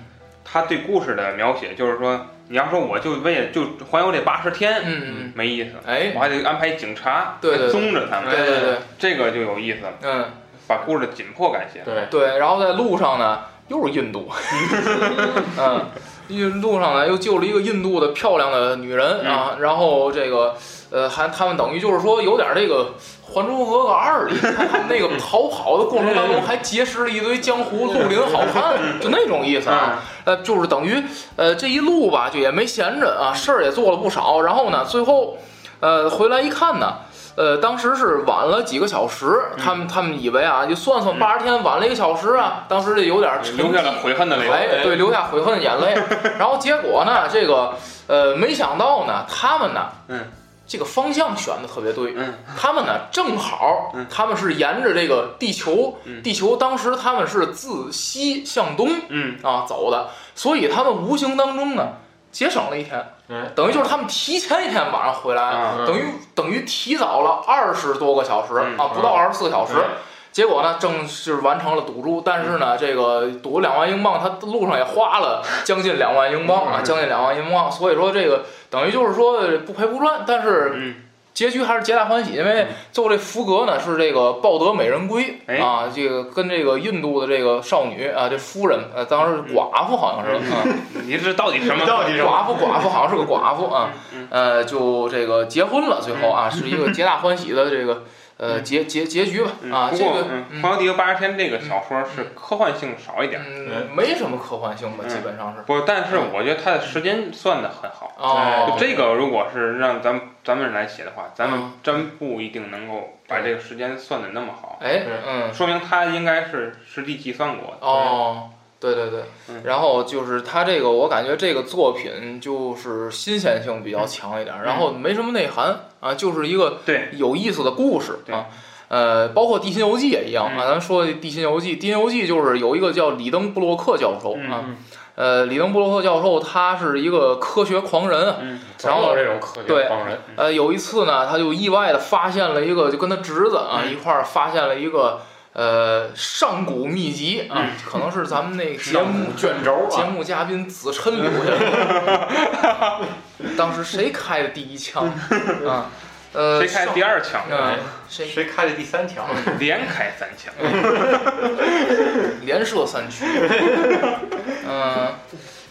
S1: 他对故事的描写，就是说，你要说我就为就环游这八十天，
S4: 嗯嗯，
S1: 没意思，
S4: 哎，
S1: 我还得安排警察
S4: 对对对
S1: 宗着他们，
S4: 对对对，
S1: 这个就有意思了，
S4: 嗯
S1: 把故事的紧迫感写。
S3: 对，
S4: 对，然后在路上呢，又是印度，嗯，印路上呢又救了一个印度的漂亮的女人啊，然后这个呃还他们等于就是说有点这个。《还珠格格二》里，他们那个逃跑的过程当中，还结识了一堆江湖绿林好汉，就那种意思啊。呃，就是等于呃这一路吧，就也没闲着
S1: 嗯
S4: 啊，事儿也做了不少。然后呢，最后呃回来一看呢，呃当时是晚了几个小时，他
S1: 嗯
S4: 们他们以为啊，就算算八十天晚了一个小时啊，当时这有点沉
S1: 留下
S4: 寂
S1: 了悔恨的泪。
S4: 哎，对，留下悔恨的眼 泪。然后结果呢，这个呃没想到呢，他们呢，
S1: 嗯。
S4: 这个方向选的特别对，
S1: 嗯，
S4: 他们呢正好
S1: 嗯，
S4: 他们是沿着这个地球，
S1: 嗯
S4: 地球当时他们是自西向东，
S1: 嗯，
S4: 啊走的，所以他们无形当中呢节省了一天，
S1: 哎
S3: 嗯
S4: 等于就是他们提前一天晚上回来，
S1: 啊
S4: 等于等于提早了二十多个小时、
S1: 嗯
S4: 啊，不到二十四个小时。
S3: 嗯
S4: 结果呢，正是完成了赌注，但
S1: 嗯
S4: 是呢，这个赌两万英镑，他路上也花了将近两万英镑啊，
S3: 嗯
S4: 将近两万英镑，所以说这个等于就是说不赔不赚，但是
S1: 嗯，
S4: 结局还是皆大欢喜，因为最后这福格呢是这个抱得美人归、
S1: 哎
S4: 啊，这个跟这个印度的这个少女啊，这夫人呃，当时是寡妇好像是、
S1: 嗯
S4: 啊
S1: 你这到底什么？
S3: 到底是
S4: 啊，寡妇寡妇好像是个寡妇啊，
S1: 嗯
S4: 呃，就这个结婚了，最后啊是一个皆大欢喜的这个呃结结结局吧
S1: 嗯
S4: 啊，
S1: 不
S4: 这
S1: 过
S4: 个
S1: 《嗯
S4: 嗯
S1: 环游地球八十天》这个小说是科幻性少一点，
S4: 嗯没什么科幻性吧，
S1: 嗯
S4: 基本上是
S1: 不，但是我觉得它的时间算的很好。
S4: 哦
S1: 就，这个，如果是让咱们咱们人来写的话，咱们
S4: 嗯
S1: 真不一定能够把这个时间算的那么好，
S4: 哎
S3: 对
S4: 嗯
S1: 说明他应该是实地计算过的。
S4: 哦，对对对，
S1: 嗯
S4: 然后就是他这个，我感觉这个作品就是新鲜性比较强一
S1: 嗯
S4: 点，然后没什么内涵啊，就是一个
S1: 对，
S4: 有意思的故事
S1: 对
S4: 啊。呃，包括《地心游记》也一样
S1: 嗯
S4: 啊，咱说《地心游记》，《地心游记》就是有一个叫里登布洛克教授
S1: 嗯
S4: 啊，
S3: 嗯
S4: 呃，里登布洛克教授他是一个科学狂人啊，
S1: 嗯，
S3: 然后这种科
S4: 对
S3: 学狂人，
S4: 呃，有一次呢，他就意外的发现了一个，就跟他侄子啊、
S1: 嗯
S4: 一块儿发现了一个呃上古秘籍啊，
S1: 嗯
S4: 可能是咱们那个节目
S3: 卷轴
S4: 节
S3: 啊，
S4: 目嘉宾子琛留下的。当时谁开的第一枪啊？呃，
S1: 谁开第
S4: 二？
S1: 二枪？
S4: 嗯，谁
S3: 谁开的第三 条？
S4: 嗯
S1: 连开三枪。
S4: 连射三区。嗯，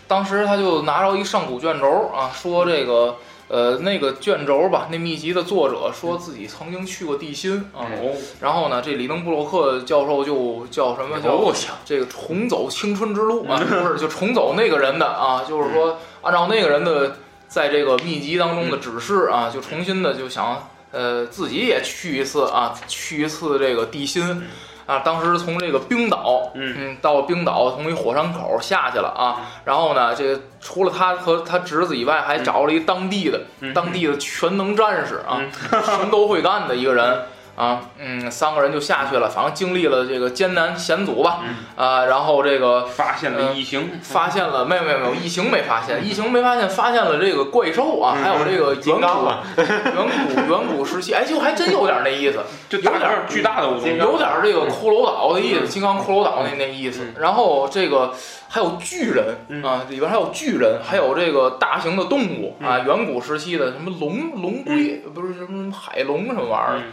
S4: 当时他就拿着一上古卷轴啊，说这个呃那个卷轴吧，那秘籍的作者说自己曾经去过地心啊。
S1: 哦，
S4: 然后呢，这里登布洛克教授就叫什么叫
S3: 不行，
S4: 这个重走青春之路啊，不是就重走那个人的啊，就是说按照那个人的在这个秘籍当中的指示啊，就重新的就想呃自己也去一次啊，去一次这个地心。啊，当时从这个冰岛，
S1: 嗯
S4: 到冰岛从一火山口下去了啊，然后呢，这个除了他和他侄子以外，还找了一当地的、
S3: 嗯
S4: 当地的全能战士啊，什么都会干的一个人。 啊，嗯，三个人就下去了，反正经历了这个艰难险阻吧，
S3: 嗯
S4: 啊，然后这个
S1: 发现了异形，
S4: 发现了，没有没有没有，异形没发现，异形没发现，发现了这个怪兽啊，还有这个
S3: 嗯金
S4: 远
S3: 刚
S4: 古
S3: 啊
S4: 远古远古时期，哎，就还真有点那意思，
S1: 就
S4: 有
S1: 大
S4: 点
S1: 个
S4: 儿
S1: 儿巨大的物嗯种，
S4: 有点这个骷髅岛的意思，金刚骷髅岛那那意
S1: 嗯
S4: 思。然后这个还有巨人啊，里边还有巨人，还有这个大型的动物
S1: 嗯
S4: 啊，远古时期的什么龙龙龟，不是什么海龙什么玩
S1: 嗯
S4: 意儿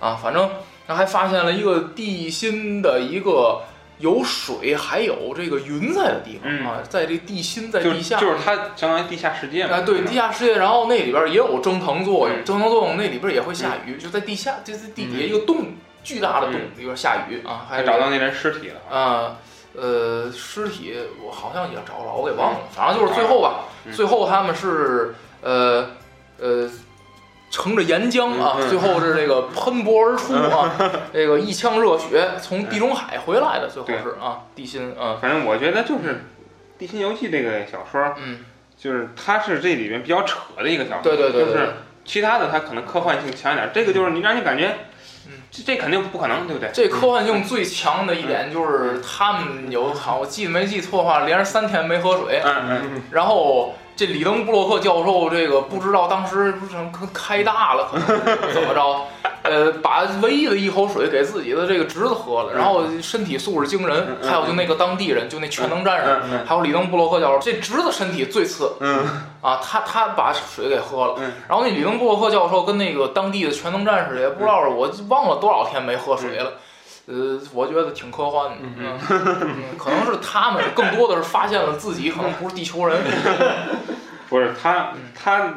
S4: 啊，反正然后还发现了一个地心的一个。有水，还有这个云彩的地方、
S1: 嗯
S4: 啊，在这地心，在
S1: 就
S4: 地
S1: 是
S4: 下，
S1: 就是它相当于地下世界嘛，
S4: 啊，对，地下世界，然后那里边也有蒸腾作用，
S1: 嗯
S4: 蒸腾作用那里边也会下雨，就在地下，这是地底下一个洞，巨大的洞
S1: 嗯
S4: 里边下雨啊，还
S1: 还
S4: 有
S1: 找到那人尸体了，
S4: 啊，呃，尸体我好像也找不着，我给忘
S1: 嗯
S4: 了，反正就是最后吧，最后他们是呃呃。乘着岩浆啊，
S1: 嗯
S4: 最后是这个喷薄而出 啊，这个一腔热血从地中海回来的，最后
S1: 对
S4: 是啊，地心啊，
S1: 反正我觉得就是《地心游记》这个小说，
S4: 嗯，
S1: 就是它是这里面比较扯的一个小说，
S4: 对对对对
S1: 就是其他的它可能科幻性强一点，这个就是你让你感觉
S4: 嗯，
S1: 这这肯定不可能，对不对？
S4: 这科幻性最强的一
S1: 嗯
S4: 点就是他们有好，我记没记错的话，连着三天没喝水。
S1: 嗯嗯，
S4: 然后这里登布洛克教授这个不知道当时不是什么开大了，可能怎么着，呃，把唯一的一口水给自己的这个侄子喝
S1: 嗯
S4: 了，然后身体素质惊人。还有就那个当地人，就那全能战
S1: 嗯嗯
S4: 士，还有里登布洛克教授，这侄子身体最次，
S1: 嗯
S4: 啊，他他把水给喝了
S1: 嗯，
S4: 然后那里登布洛克教授跟那个当地的全能战士也不知
S1: 嗯
S4: 道是我忘了多少天没喝水了。呃，我觉得挺科幻的，嗯，嗯可能是他们更多的是发现了自己可能不是地球 人，
S1: 不是他他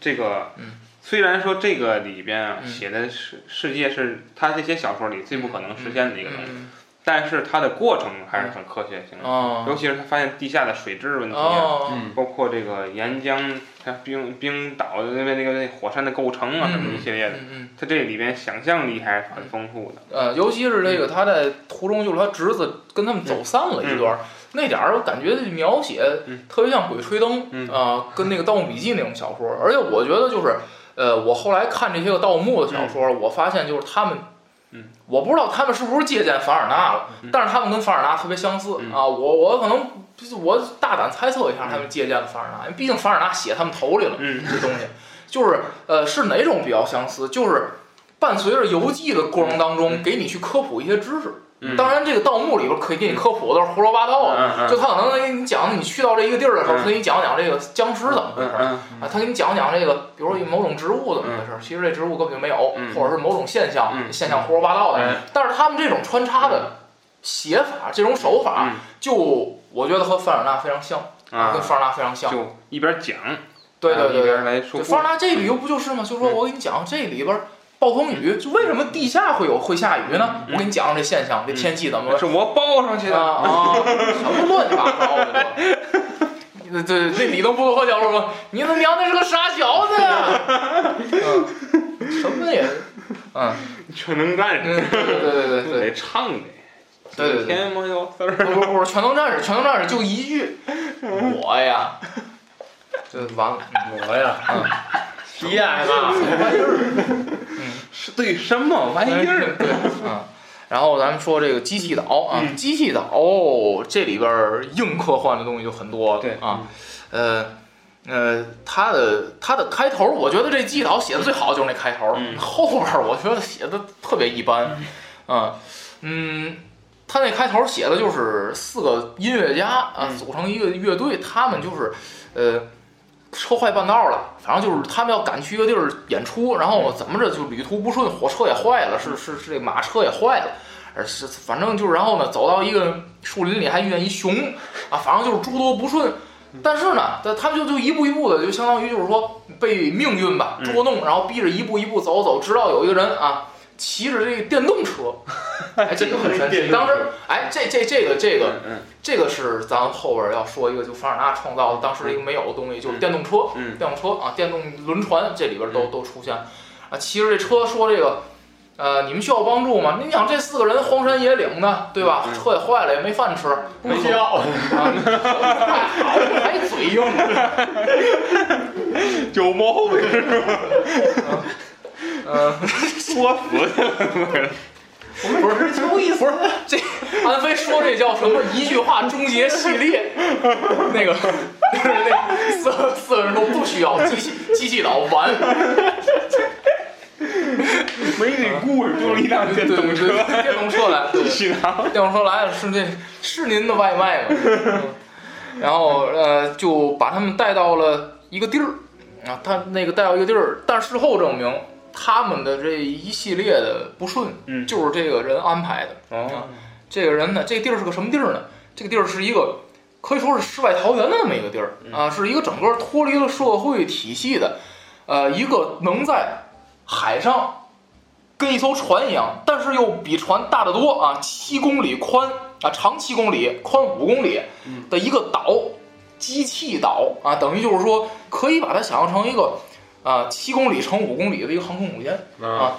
S1: 这个
S4: 嗯。
S1: 虽然说这个里边啊
S4: 嗯
S1: 写的世世界是他这些小说里最不可能实现的一个东西，
S4: 嗯
S1: 但是它的过程还是很科学性的，
S4: 哦
S1: 尤其是他发现地下的水质问题啊，
S4: 哦，
S3: 嗯
S1: 包括这个岩浆、它冰冰岛那边那个那火山的构成啊，
S4: 嗯
S1: 什么一系列的，
S4: 嗯嗯，
S1: 它这里边想象力还是很丰富的。
S4: 呃，尤其是
S1: 嗯
S4: 这个他在途中就是他侄子跟他们走散了一段儿，那点儿我感觉描写
S1: 嗯
S4: 特别像《鬼吹灯》啊、
S1: 嗯
S4: 跟那个《盗墓笔记》那种小说，而且我觉得就是呃，我后来看这些个盗墓的小说，我发现就是他们。
S1: 嗯
S4: 我不知道他们是不是借鉴凡尔纳了，但是他们跟凡尔纳特别相似、
S1: 嗯
S4: 啊。我我可能我大胆猜测一下，他们借鉴了凡尔纳，因为毕竟凡尔纳写他们头里了。
S1: 嗯
S4: 这东西，就是呃是哪种比较相似？就是伴随着游记的过程当中，给你去科普一些知识。
S1: 嗯
S4: 当然，这个盗墓里边可以给你科普的都是胡说八道
S1: 嗯
S4: 的，
S1: 嗯
S4: 就他可能给你讲，你去到这一个地儿的时候，
S1: 嗯
S4: 他给你讲讲这个僵尸怎么回
S1: 嗯
S4: 事儿
S1: 嗯
S4: 啊，他给你讲讲这个，比如说某种植物怎么回事儿，其实这植物根本就没有，
S1: 嗯
S4: 或者是某种现象，
S1: 嗯
S4: 现象胡说八道的
S1: 嗯。
S4: 但是他们这种穿插的写法，这种手法，
S1: 嗯
S4: 就我觉得和凡尔纳非常像，跟
S1: 啊，
S4: 凡尔纳非常像。
S1: 就啊一边讲，
S4: 对对
S1: 然后
S4: 对
S1: 一
S4: 对
S1: 边。来说嗯
S4: 对，
S1: 故事
S4: 凡尔纳这旅游不就是吗？就说我给你讲这里边儿暴风雨，就为什么地下会有会下雨呢？我给你讲讲这现象，这天气怎么了
S1: 嗯是我包上去
S4: 啊
S1: 的。
S4: 啊，什么乱七八糟的都。对对，那李登布洛克教授说：“你他娘那是个傻小子呀！”嗯，什么也，嗯，
S1: 全能战士
S4: 嗯对对对对对
S1: 得唱的，
S4: 对对对
S1: 天猫有丝儿。
S4: 不不不，全能战士，全能战士就一句，我 呀，就完了，嗯
S3: 我呀，
S4: 皮呀，嘛。
S1: 是对什么玩意儿？
S4: 哎
S1: 嗯
S4: 对，嗯。然后咱们说这个机器岛啊，机器岛这里边儿硬科幻的东西就很多了，
S1: 对嗯
S4: 啊，呃呃，它的它的开头，我觉得这机器岛写的最好就是那开头，
S1: 嗯
S4: 后边儿我觉得写的特别一般，啊，嗯，他那开头写的就是四个音乐家啊
S1: 嗯
S4: 组成一个乐队，他们就是呃车坏半道了，反正就是他们要赶去一个地儿演出，然后怎么着就旅途不顺，火车也坏了，是是是这马车也坏了。而是，反正就是，然后呢，走到一个树林里还遇见一熊，啊，反正就是诸多不顺。但是呢，他他们就就一步一步的，就相当于就是说被命运吧捉弄，然后逼着一步一步走走，直到有一个人啊，骑着这个电动车，哎，这个很神奇。当时，哎，这这这个这个
S1: 嗯嗯
S4: 这个是咱们后边要说一个，就凡尔纳创造的当时的一个没有的东西，就是电动车，
S1: 嗯
S4: 电动车啊，电动轮船，这里边都、都出现啊，骑着这车说这个呃，你们需要帮助吗？你想这四个人荒山野岭的，对吧？车也坏了，也没饭吃，
S5: 不需 要，
S4: 啊，好，还嘴硬。
S1: 有毛病，
S4: 嗯，
S1: 作死！
S4: 不是，不意思，不是这安飞说这叫什么？一句话终结系列，那个就是那四个四个人都不需要机器机器岛完，
S1: 没你故事，就是一辆
S4: 对
S1: 电
S4: 对
S1: 动
S4: 对，
S1: 车，
S4: 电动车来，对对
S1: 去拿。
S4: 电动车来了，是这是您的外卖吗？ 嗯然后呃，就把他们带到了一个地儿啊，他那个带到一个地儿，但事后证明他们的这一系列的不顺，
S1: 嗯
S4: 就是这个人安排的。啊，这个人呢，这个地儿是个什么地儿呢？这个地儿是一个可以说是世外桃源的那么一个地儿啊，是一个整个脱离了社会体系的，呃，一个能在海上跟一艘船一样，但是又比船大得多啊，七公里宽啊，长七公里，宽五公里的一个岛，机器岛啊，等于就是说可以把它想象成一个啊七公里乘五公里的一个航空母舰
S3: 啊，
S4: 啊。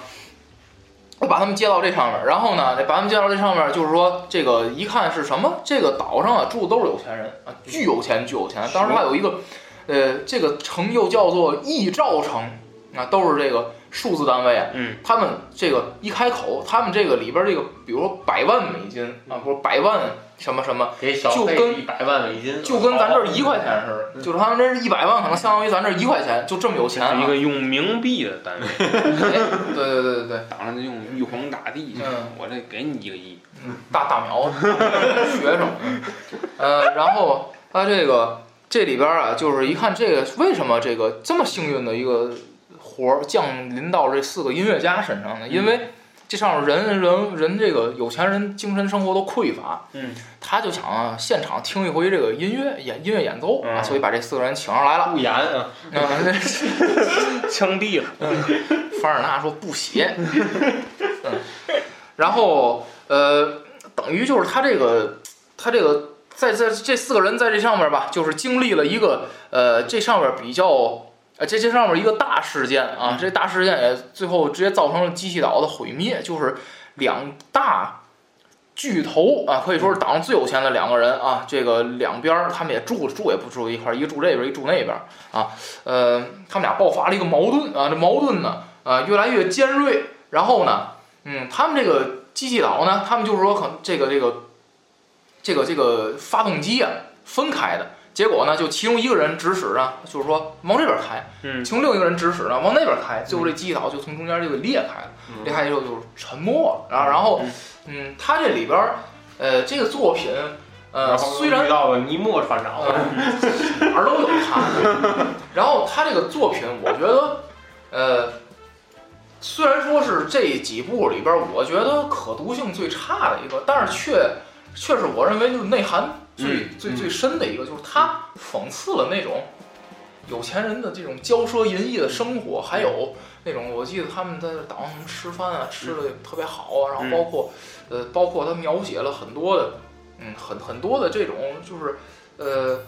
S4: 我把他们接到这上面，然后呢，把他们接到这上面，就是说这个一看是什么，这个岛上啊住的都是有钱人啊，巨有钱，巨有钱。当时还有一个，呃，这个城又叫做亿兆城啊，都是这个数字单位啊。
S3: 嗯，
S4: 他们这个一开口，他们这个里边这个，比如说百万美金啊，不是百万什么什么，
S3: 给小
S4: 就
S3: 费
S4: 跟
S3: 一百万美金，
S4: 就跟咱这儿一块钱似的，就是他们这是一百万，可能相当于咱这儿一块钱，就这么有钱啊！
S1: 一个用冥币的单位，
S4: 哎，对对对对对，
S1: 打上就用玉皇大帝
S4: 嗯，
S1: 我这给你一个亿，
S4: 大大苗学生，嗯呃，然后他这个这里边啊，就是一看这个为什么这个这么幸运的一个活儿降临到这四个音乐家身上呢？因
S1: 嗯
S4: 为这上面人人人这个有钱人精神生活都匮乏，
S1: 嗯，
S4: 他就想啊现场听一回这个音乐演音乐演奏啊，
S1: 嗯
S4: 所以把这四个人请上 来了。
S3: 不严啊，
S4: 嗯，这
S1: 枪毙了。
S4: 凡尔纳说不写，嗯，然后呃，等于就是他这个他这个在在这四个人在这上面吧，就是经历了一个呃这上面比较呃这这上面一个大事件啊，这大事件也最后直接造成了机器岛的毁灭，就是两大。巨头啊，可以说是岛上最有钱的两个人啊。这个两边儿他们也住住也不住一块儿，一个住这边儿，一个住那边儿啊。呃，他们俩爆发了一个矛盾啊，这矛盾呢啊，越来越尖锐。然后呢，嗯，他们这个机器岛呢，他们就是说可能这个这个这个这个发动机啊分开的，结果呢，就其中一个人指使呢，就是说往这边开，
S1: 嗯
S4: 其中另一个人指使呢往那边开，最后这机器岛就从中间就给裂开了，
S1: 嗯
S4: 裂开以后就是沉默了。然后然后，嗯，他这里边儿呃这个作品呃
S3: 然后
S4: 虽然
S3: 遇到了尼莫船长，
S4: 呃，哪儿都有他。然后他这个作品，我觉得，呃，虽然说是这几部里边儿，我觉得可读性最差的一个，但是却却是我认为就是内涵最、
S1: 嗯
S4: 最最深的一个，就是他讽刺了那种有钱人的这种骄奢淫逸的生活，还有那种我记得他们在岛上什么吃饭啊，吃的特别好啊，然后
S1: 嗯
S4: 包括、呃，包括他描写了很多的，嗯，很很多的这种就是呃。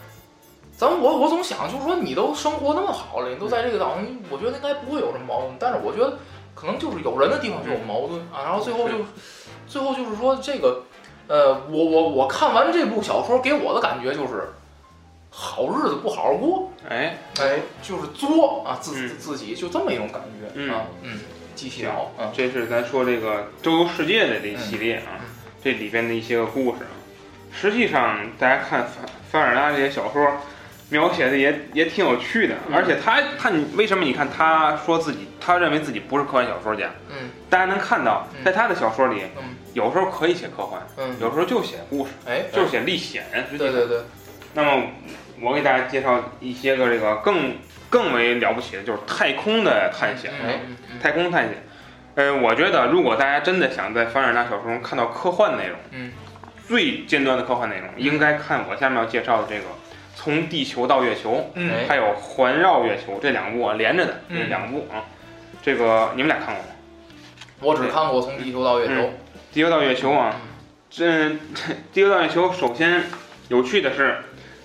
S4: 咱们我我总想，就是说你都生活那么好了，你都在这个岛上，我觉得应该不会有什么矛盾。但是我觉得可能就是有人的地方就有矛盾啊。然后最后就，最后就是说这个，呃，我我我看完这部小说给我的感觉就是，好日子不好好过，
S1: 哎，
S4: 哎，就是作啊，自
S1: 嗯
S4: 自自己就这么一种感觉、
S1: 嗯
S4: 啊，嗯，继续聊，嗯
S1: 这是咱说这个周游世界的这一系列啊
S4: 嗯，
S1: 这里边的一些个故事啊。实际上，大家看凡凡尔纳这些小说，描写的也也挺有趣的。
S4: 嗯
S1: 而且他他你为什么你看他说自己他认为自己不是科幻小说家？
S4: 嗯
S1: 大家能看到
S4: 嗯，
S1: 在他的小说里，
S4: 嗯
S1: 有时候可以写科幻，
S4: 嗯，
S1: 有时候就写故事，
S4: 哎，
S1: 就写历险。
S4: 对对对，
S1: 那么我给大家介绍一些个这个更更为了不起的，就是太空的探险。
S4: 嗯嗯嗯
S1: 太空探险。呃，我觉得如果大家真的想在凡尔纳小说中看到科幻内容，
S4: 嗯，
S1: 最尖端的科幻内容，应该看我下面要介绍的这个《从地球到月球》，
S4: 嗯，
S1: 还有《环绕月球》这两部啊连着的，
S4: 嗯
S1: 这两部啊，这个你们俩看过吗？
S4: 我只看过从地球到月球，
S1: 《地球到月球》啊
S4: 嗯，
S1: 这 《地球到月球》首先有趣的是，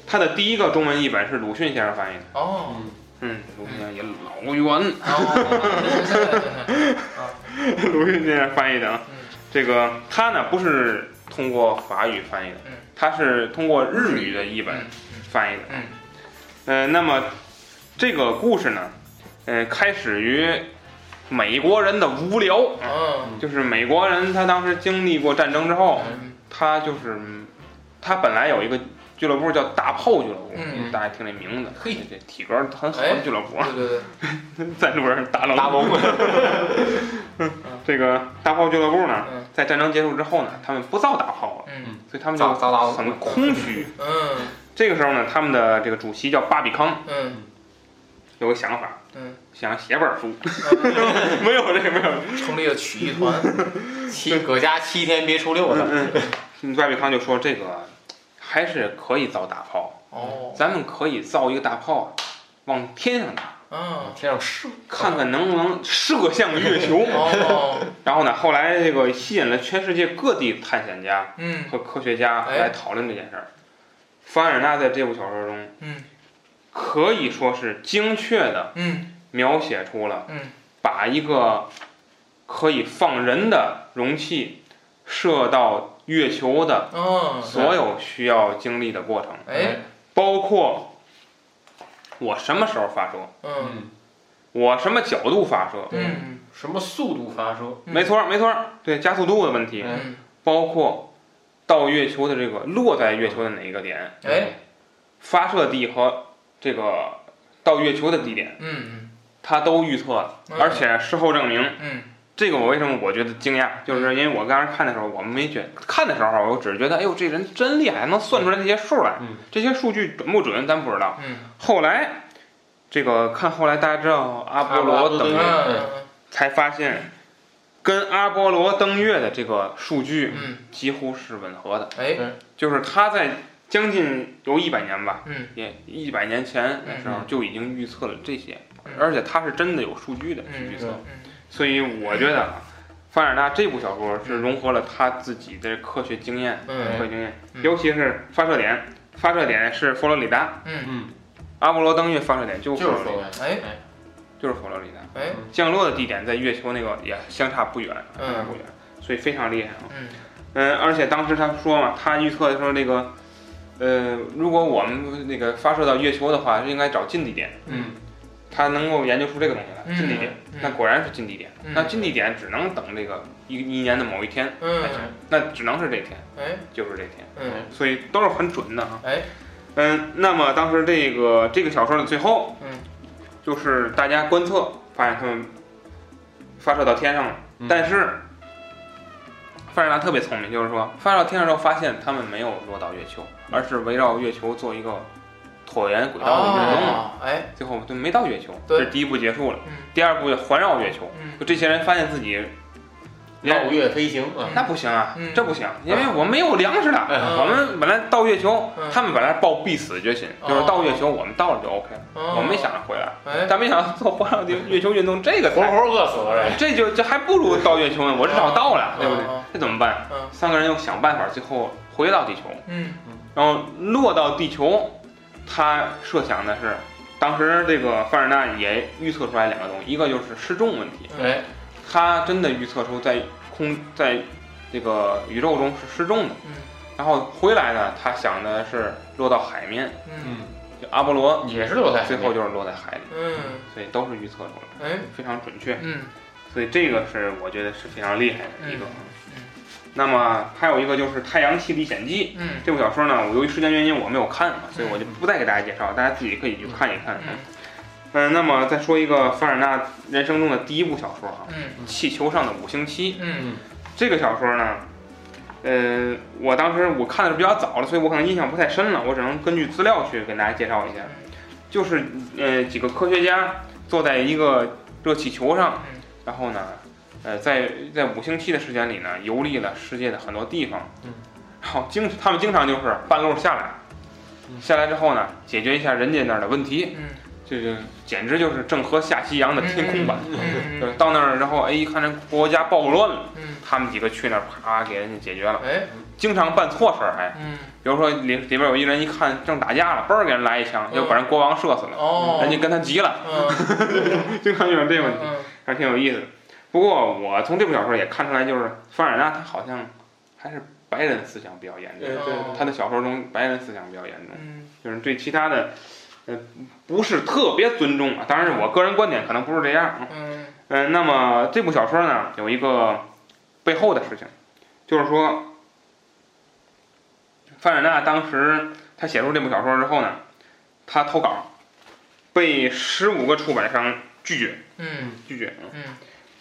S1: 它的第一个中文译本是鲁迅先生翻译的，
S4: 哦，
S1: 嗯，鲁迅先生也老远，
S4: 然后，行行行行行，
S1: 鲁迅先生翻译的啊。这个他呢不是通过法语翻译的
S4: 嗯，
S1: 他是通过日语的译本
S4: 嗯
S1: 翻译的。
S4: 嗯
S1: 呃，那么这个故事呢，呃，开始于美国人的无聊，
S4: 嗯
S1: 就是美国人他当时经历过战争之后，
S4: 嗯
S1: 他就是嗯他本来有一个俱乐部叫大炮俱乐部，
S4: 嗯
S1: 大家听这名字，
S4: 嘿
S1: 这体格很好
S4: 哎
S1: 的俱乐部，
S4: 对对对，
S1: 赞助人大龙。
S3: 大龙
S1: 这个大炮俱乐部呢，
S4: 嗯
S1: 在战争结束之后呢，他们不造大炮了，
S4: 嗯
S1: 所以他们就
S3: 造造大龙
S1: 很空虚。
S4: 嗯
S1: 这个时候呢，他们的这个主席叫巴比康，
S4: 嗯
S1: 有个想法，
S4: 嗯
S1: 想写本 书，
S4: 嗯，
S1: 没有这个没有。
S4: 成立了曲艺团，
S3: 七搁家七天别出六的，
S1: 嗯嗯，巴比康就说这个还是可以造大炮，
S4: 哦，
S1: 咱们可以造一个大炮，往天上打，
S4: 嗯
S3: 天上射，
S1: 看看能不能射向月球。
S4: 哦，
S1: 然后呢，后来这个吸引了全世界各地探险家
S4: 嗯
S1: 和科学家
S4: 哎
S1: 来讨论这件事儿。凡尔纳在这部小说中
S4: 嗯
S1: 可以说是精确的
S4: 嗯
S1: 描写出了
S4: 嗯
S1: 把一个可以放人的容器射到月球的
S4: 嗯，
S1: 所有需要经历的过程，
S4: 哎
S1: 包括我什么时候发射，
S4: 嗯
S1: 我什么角度发射，
S4: 嗯
S3: 什么速度发射，
S4: 嗯
S1: 没错儿没错儿，对加速度的问题，
S4: 嗯
S1: 包括到月球的这个落在月球的哪一个点，
S4: 哎
S3: 嗯
S1: 发射地和这个到月球的地点，
S4: 嗯
S1: 它都预测了，
S4: 嗯
S1: 而且事后证明。
S4: 嗯
S1: 这个我为什么我觉得惊讶，就是因为我刚才看的时候，我没觉看的时候，我只是觉得，哎呦，这人真厉害，还能算出来这些数来。
S3: 嗯
S1: 这些数据准不准，咱不知道。
S4: 嗯
S1: 后来，这个看后来大家知道阿波罗登
S3: 阿波罗登
S1: 月，
S3: 月
S4: 嗯
S1: 才发现跟阿波罗登月的这个数据
S4: 嗯
S1: 几乎是吻合的，
S4: 哎
S1: 就是他在将近有一百年吧，
S4: 嗯
S1: 也一百年前的时候就已经预测了这些，
S4: 嗯
S1: 而且他是真的有数据的去预测。
S4: 嗯
S1: 所以我觉得啊，凡尔纳这部小说是融合了他自己的科学经验、科
S4: 嗯
S1: 学经验，
S4: 嗯
S1: 尤其是发射点，发射点是佛罗里达，
S4: 嗯
S3: 嗯，
S1: 阿波罗登月发射点就
S3: 就是
S1: 佛罗
S3: 说
S1: 里达，
S4: 哎
S1: 就是佛罗里达，
S4: 哎
S1: 降落的地点在月球那个也相差不远，
S4: 嗯
S1: 相差不远，所以非常厉害啊。
S4: 嗯
S1: 嗯，而且当时他说嘛，他预测说那个。呃，如果我们那个发射到月球的话，应该找近地点。
S3: 嗯
S1: 他能够研究出这个东西来，近地点，那果然是近地点。
S4: 嗯
S1: 那近地点只能等这个一一年的某一天，
S4: 嗯
S1: 那只能是这天，
S4: 哎
S1: 就是这天，
S4: 嗯
S1: 所以都是很准的啊。
S4: 哎
S1: 嗯，那么当时这个这个小说的最后，
S4: 嗯，
S1: 就是大家观测发现他们发射到天上了，
S3: 嗯
S1: 但是范尔纳特别聪明，就是说发射到天上之后发现他们没有落到月球，
S4: 嗯
S1: 而是围绕月球做一个椭圆轨道的运动嘛。
S4: 哦哎
S1: 最后就没到月球，
S4: 对
S1: 这是第一步结束了。
S4: 嗯
S1: 第二步就环绕月球，
S4: 嗯
S1: 就这些人发现自己
S3: 绕月飞行啊，
S1: 那不行啊，
S4: 嗯
S1: 这不行，因为我们没有粮食了。
S3: 嗯
S1: 我们本来到月球，
S4: 嗯
S1: 他们本来抱必死决心，
S4: 哦
S1: 就是到月球我们到了就 OK 了，我们没想着回来。
S4: 哎哦
S1: 但没想到做环绕月球运动这
S4: 嗯
S1: 个
S3: 活
S1: 才，
S3: 活饿死了这，
S1: 这就这还不如到月球呢。我至少到了
S4: 嗯，
S1: 对不对
S4: 嗯？
S1: 这怎么办
S4: 嗯？
S1: 三个人又想办法，最后回到地球，
S4: 嗯
S1: 然后落到地球。他设想的是，当时这个凡尔纳也预测出来两个东西，一个就是失重问题，
S4: 嗯
S3: 哎
S1: 他真的预测出在空在这个宇宙中是失重的，
S4: 嗯
S1: 然后回来呢，他想的是落到海面，
S4: 嗯
S3: 嗯，
S1: 就阿波罗
S3: 也是六台，
S1: 最后就是落在海里，
S4: 嗯
S1: 所以都是预测出来
S4: 哎
S1: 的，非常准确，
S4: 嗯
S1: 所以这个是我觉得是非常厉害的一个
S4: 嗯。
S1: 那么还有一个就是《太阳系历险记》
S4: 嗯
S1: 这部小说呢，我由于时间原因我没有看嘛，所以我就不再给大家介绍，大家自己可以去看一看。
S4: 嗯
S1: 嗯，那么再说一个凡尔纳人生中的第一部小说啊，
S4: 嗯
S1: 《气球上的五星期》。
S4: 嗯
S1: 这个小说呢，呃，我当时我看的是比较早了，所以我可能印象不太深了，我只能根据资料去给大家介绍一下。就是呃，几个科学家坐在一个热气球上
S4: 嗯，
S1: 然后呢，呃，在在五星期的时间里呢，游历了世界的很多地方
S3: 嗯，
S1: 然后经他们经常就是半路下来
S3: 嗯。
S1: 下来之后呢，解决一下人家那儿的问题，
S4: 嗯
S1: 这就简直就是郑和下西洋的天空版。
S4: 嗯
S1: 就是到那儿，然后哎，一看这国家暴乱了，
S4: 嗯
S1: 他们几个去那儿啪啊给人家解决了，
S4: 哎
S1: 经常办错事儿还，
S4: 嗯
S1: 比如说里里边有一人一看正打架了，嘣儿给人来一枪，
S4: 嗯
S1: 又把人国王射死了，
S4: 哦
S1: 人家跟他急了，
S4: 嗯
S1: 经常有这个问题，
S4: 嗯
S1: 还挺有意思的。不不过我从这部小说也看出来，就是凡尔纳他好像还是白人思想比较严重
S3: 对，
S1: 他的小说中白人思想比较严重，
S4: 嗯
S1: 就是对其他的，呃，不是特别尊重啊。当然，我个人观点可能不是这样。
S4: 嗯
S1: 嗯，那么这部小说呢，有一个背后的事情，就是说，范尔纳当时他写出这部小说之后呢，他投稿，被十五个出版商拒绝，
S4: 嗯
S1: 拒绝。
S4: 嗯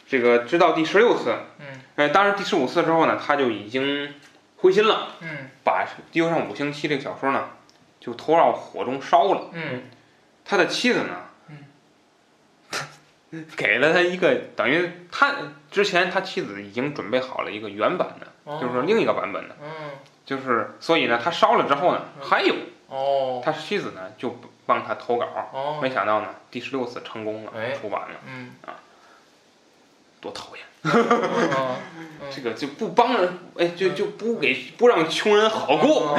S1: 这个直到第十六次，
S4: 嗯
S1: 呃，当然第十五次之后呢，他就已经灰心了，
S4: 嗯
S1: 把《地球上五星期》这个小说呢，就投到火中烧了。
S4: 嗯
S1: 他的妻子呢，嗯 给了他一个等于他之前他妻子已经准备好了一个原版的，
S4: 哦
S1: 就是说另一个版本的，
S4: 嗯
S1: 就是所以呢，他烧了之后呢，还有
S4: 哦
S1: 他妻子呢就帮他投稿，
S4: 哦
S1: 没想到呢，第十六次成功了
S4: 哎，
S1: 出版了，
S4: 嗯
S1: 多讨厌！
S4: 哦嗯
S1: 这个就不帮人，哎，就就不给不让穷人好
S4: 嗯
S1: 过，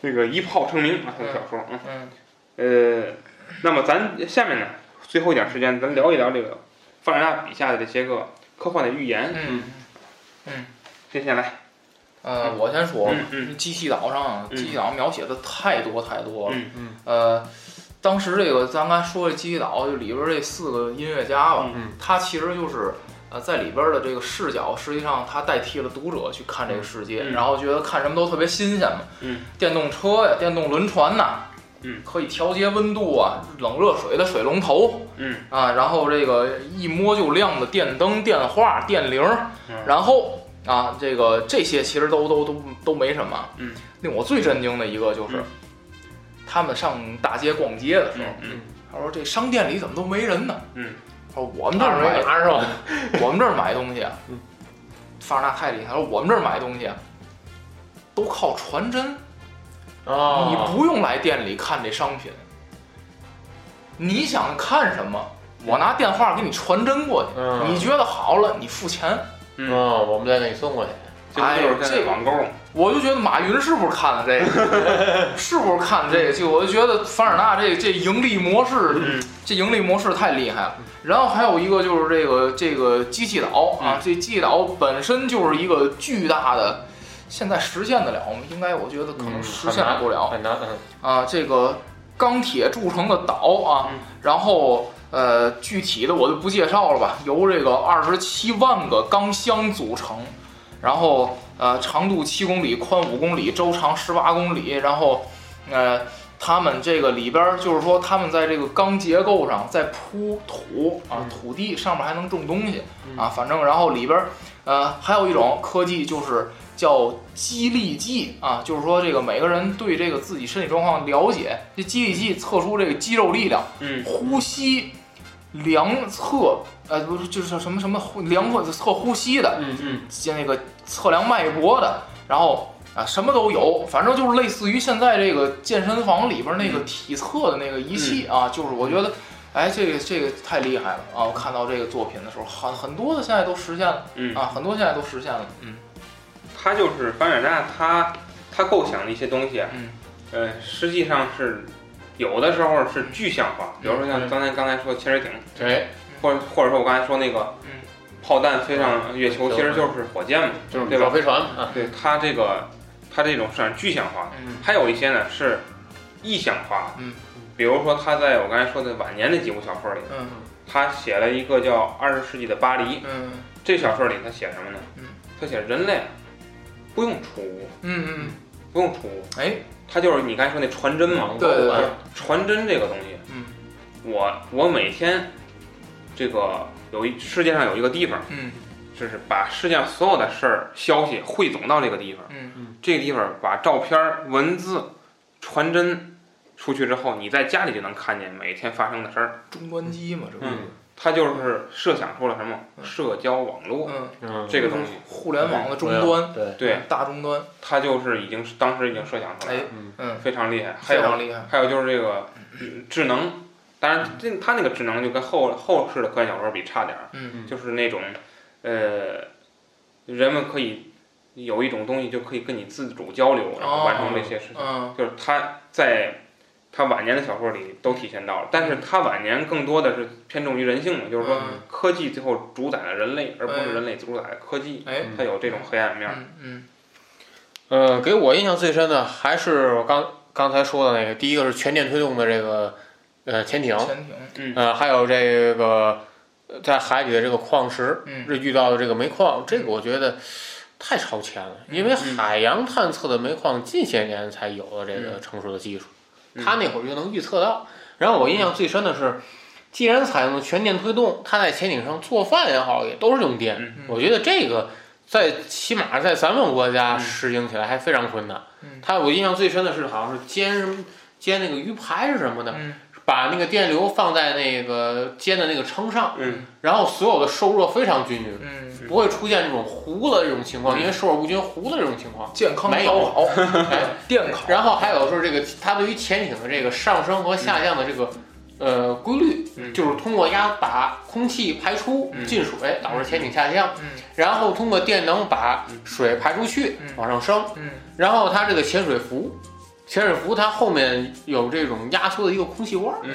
S1: 这个一炮成名啊，他的小说，嗯。
S4: 嗯
S1: 呃，那么咱下面呢，最后一点时间，咱聊一聊这个凡尔纳笔下的这些个科幻的预言。
S4: 嗯
S1: 接下来，
S4: 呃，我先说吧
S1: 嗯。嗯
S4: 机器岛上，
S1: 嗯
S4: 机器岛描写的太多太多了。
S1: 嗯
S3: 嗯
S4: 呃，当时这个咱刚才说这机器岛就里边这四个音乐家吧，
S1: 嗯
S4: 他其实就是呃在里边的这个视角，实际上他代替了读者去看这个世界，
S1: 嗯
S4: 然后觉得看什么都特别新鲜嘛。
S1: 嗯，
S4: 电动车呀，电动轮船呐、
S1: 嗯
S4: 可以调节温度啊，冷热水的水龙头，
S1: 嗯
S4: 啊，然后这个一摸就亮的电灯、电话、电铃儿
S1: 嗯，
S4: 然后啊，这个这些其实都都都都没什么。
S1: 嗯，
S4: 令我最震惊的一个就是，
S1: 嗯
S4: 他们上大街逛街的时候，
S1: 嗯嗯
S4: 他说这商店里怎么都没人呢？
S1: 嗯，
S4: 他说我们这
S3: 二
S4: 儿
S3: 十
S4: 买，
S3: 块拿是吧？
S4: 我们这儿买东西啊
S3: 嗯，
S4: 法尔纳太厉害了，我们这儿买东西啊都靠传真，你
S3: 哦，
S4: 不用来店里看这商品，你想看什么，我拿电话给你传真过去。
S3: 嗯
S4: 你觉得好了，你付钱。
S1: 嗯，
S3: 哦，我们再给你送过去。
S1: 这不就是
S4: 哎
S1: 在
S4: 这
S1: 网购吗？
S4: 我就觉得马云是不是看了这个？ 是不是看了这个？就我就觉得凡尔纳这这盈利模式，
S1: 嗯
S4: 这盈利模式太厉害了。然后还有一个就是这个这个机器岛啊
S1: 嗯，
S4: 这机器岛本身就是一个巨大的，现在实现得了吗？应该我觉得可能
S3: 嗯
S4: 实现不了。
S3: 很难，嗯
S4: 啊，这个钢铁铸成的岛啊，
S1: 嗯
S4: 然后呃，具体的我就不介绍了吧，由这个二十七万个钢箱组成，然后呃，长度七公里，宽五公里，周长十八公里，然后呃。他们这个里边儿就是说，他们在这个钢结构上在铺土啊
S3: 嗯，
S4: 土地上面还能种东西
S3: 嗯
S4: 啊，反正然后里边儿呃还有一种科技就是叫激励剂啊，就是说这个每个人对这个自己身体状况了解，这激励剂测出这个肌肉力量，
S1: 嗯
S4: 呼吸量测呃不是就是什么什么呼量测测呼吸的，
S3: 嗯嗯，
S4: 像那个测量脉搏的，然后啊什么都有，反正就是类似于现在这个健身房里边那
S1: 嗯
S4: 个体测的那个仪器啊，就是我觉得，哎，这个这个太厉害了啊！我看到这个作品的时候，很很多的现在都实现了
S1: 嗯，
S4: 啊，很多现在都实现了，嗯
S1: 他就是凡尔纳，他他构想的一些东西，
S4: 嗯
S1: 呃，实际上是有的时候是具象化，比如说像
S4: 嗯
S1: 刚才刚才说的潜水艇，
S3: 哎，
S1: 或者或者说我刚才说那个
S4: 嗯
S1: 炮弹飞上月球，
S3: 嗯
S1: 其实就是火箭嘛，
S3: 就是
S1: 对
S3: 宇
S1: 吧
S3: 宙？飞船啊嘛，
S1: 嗯啊对他这个他这种是具象化的。
S4: 嗯
S1: 还有一些呢是意象化的，
S4: 嗯，
S1: 比如说他在我刚才说的晚年的几部小说里，
S4: 嗯
S1: 他写了一个叫《二十世纪的巴黎》
S4: 嗯
S1: 这小说里，他写什么呢？
S4: 嗯，
S1: 他写人类不用出屋，
S4: 嗯嗯，
S1: 不用出屋，
S4: 哎，
S1: 他就是你刚才说那传真嘛，
S4: 嗯对对对，
S1: 传真这个东西，
S4: 嗯
S1: 我我每天这个有一世界上有一个地方，
S4: 嗯
S1: 就是把世界上所有的事儿消息汇总到这个地方。
S4: 嗯
S1: 这个地方把照片儿、文字传真出去之后，你在家里就能看见每天发生的事儿。
S4: 终端机嘛，这不是
S1: 嗯，它就是设想出了什么
S4: 嗯
S1: 社交网络
S4: 嗯，
S3: 嗯，
S1: 这个东西。
S4: 互联网的终端，
S3: 对，
S1: 对，
S4: 大终端，
S1: 它就是已经是当时已经设想出来了，
S3: 嗯
S4: 嗯，
S1: 非常厉害。还
S4: 非
S1: 有
S4: 常厉害，
S1: 还有就是这个嗯智能，当然这它那个智能就跟后后世的科幻小说比差点儿，
S4: 嗯
S1: 就是那种呃，人们可以有一种东西就可以跟你自主交流，然后完成这些事情。
S4: 嗯
S1: 就是他在他晚年的小说里都体现到了，
S3: 嗯
S1: 但是他晚年更多的是偏重于人性嘛，就是说
S4: 嗯
S1: 科技最后主宰了人类，而不是人类主宰了科技，
S4: 哎，
S1: 它有这种黑暗面儿。
S4: 嗯嗯
S3: 呃，给我印象最深的还是我刚刚才说的那个，第一个是全电推动的这个呃潜艇，
S4: 潜艇，
S3: 呃，还有这个呃在海里的这个矿石，
S4: 嗯
S3: 这遇到的这个煤矿，这个我觉得太超前了，因为
S1: 嗯
S3: 海洋探测的煤矿近些年才有了这个成熟的技术，
S1: 嗯
S3: 他那会儿就能预测到。然后我印象最深的是，既然采用了全电推动，他在潜艇上做饭也好，也都是用电，
S1: 嗯
S3: 我觉得这个。在起码在咱们国家
S1: 嗯
S3: 实行起来还非常困难。
S4: 嗯
S3: 他我印象最深的是好像是煎什么煎那个鱼排是什么的，
S4: 嗯
S3: 把那个电流放在那个尖的那个撑上，
S1: 嗯
S3: 然后所有的受热非常均匀，
S4: 嗯，
S3: 不会出现这种糊了这种情况，
S1: 嗯
S3: 因为受热不均糊了这种情况。
S4: 健康
S3: 没
S4: 烧
S3: 有
S4: 烤，
S3: 哎，
S4: 电烤，
S3: 然后还有说这个它对于潜艇的这个上升和下降的这个呃规律，
S1: 嗯
S3: 就是通过压把空气排出
S1: 嗯
S3: 进水，导致潜艇下降，
S4: 嗯
S3: 然后通过电能把水排出去
S4: 嗯
S3: 往上升，
S4: 嗯
S3: 然后它这个潜水服，潜水服它后面有这种压缩的一个空气罐。
S4: 嗯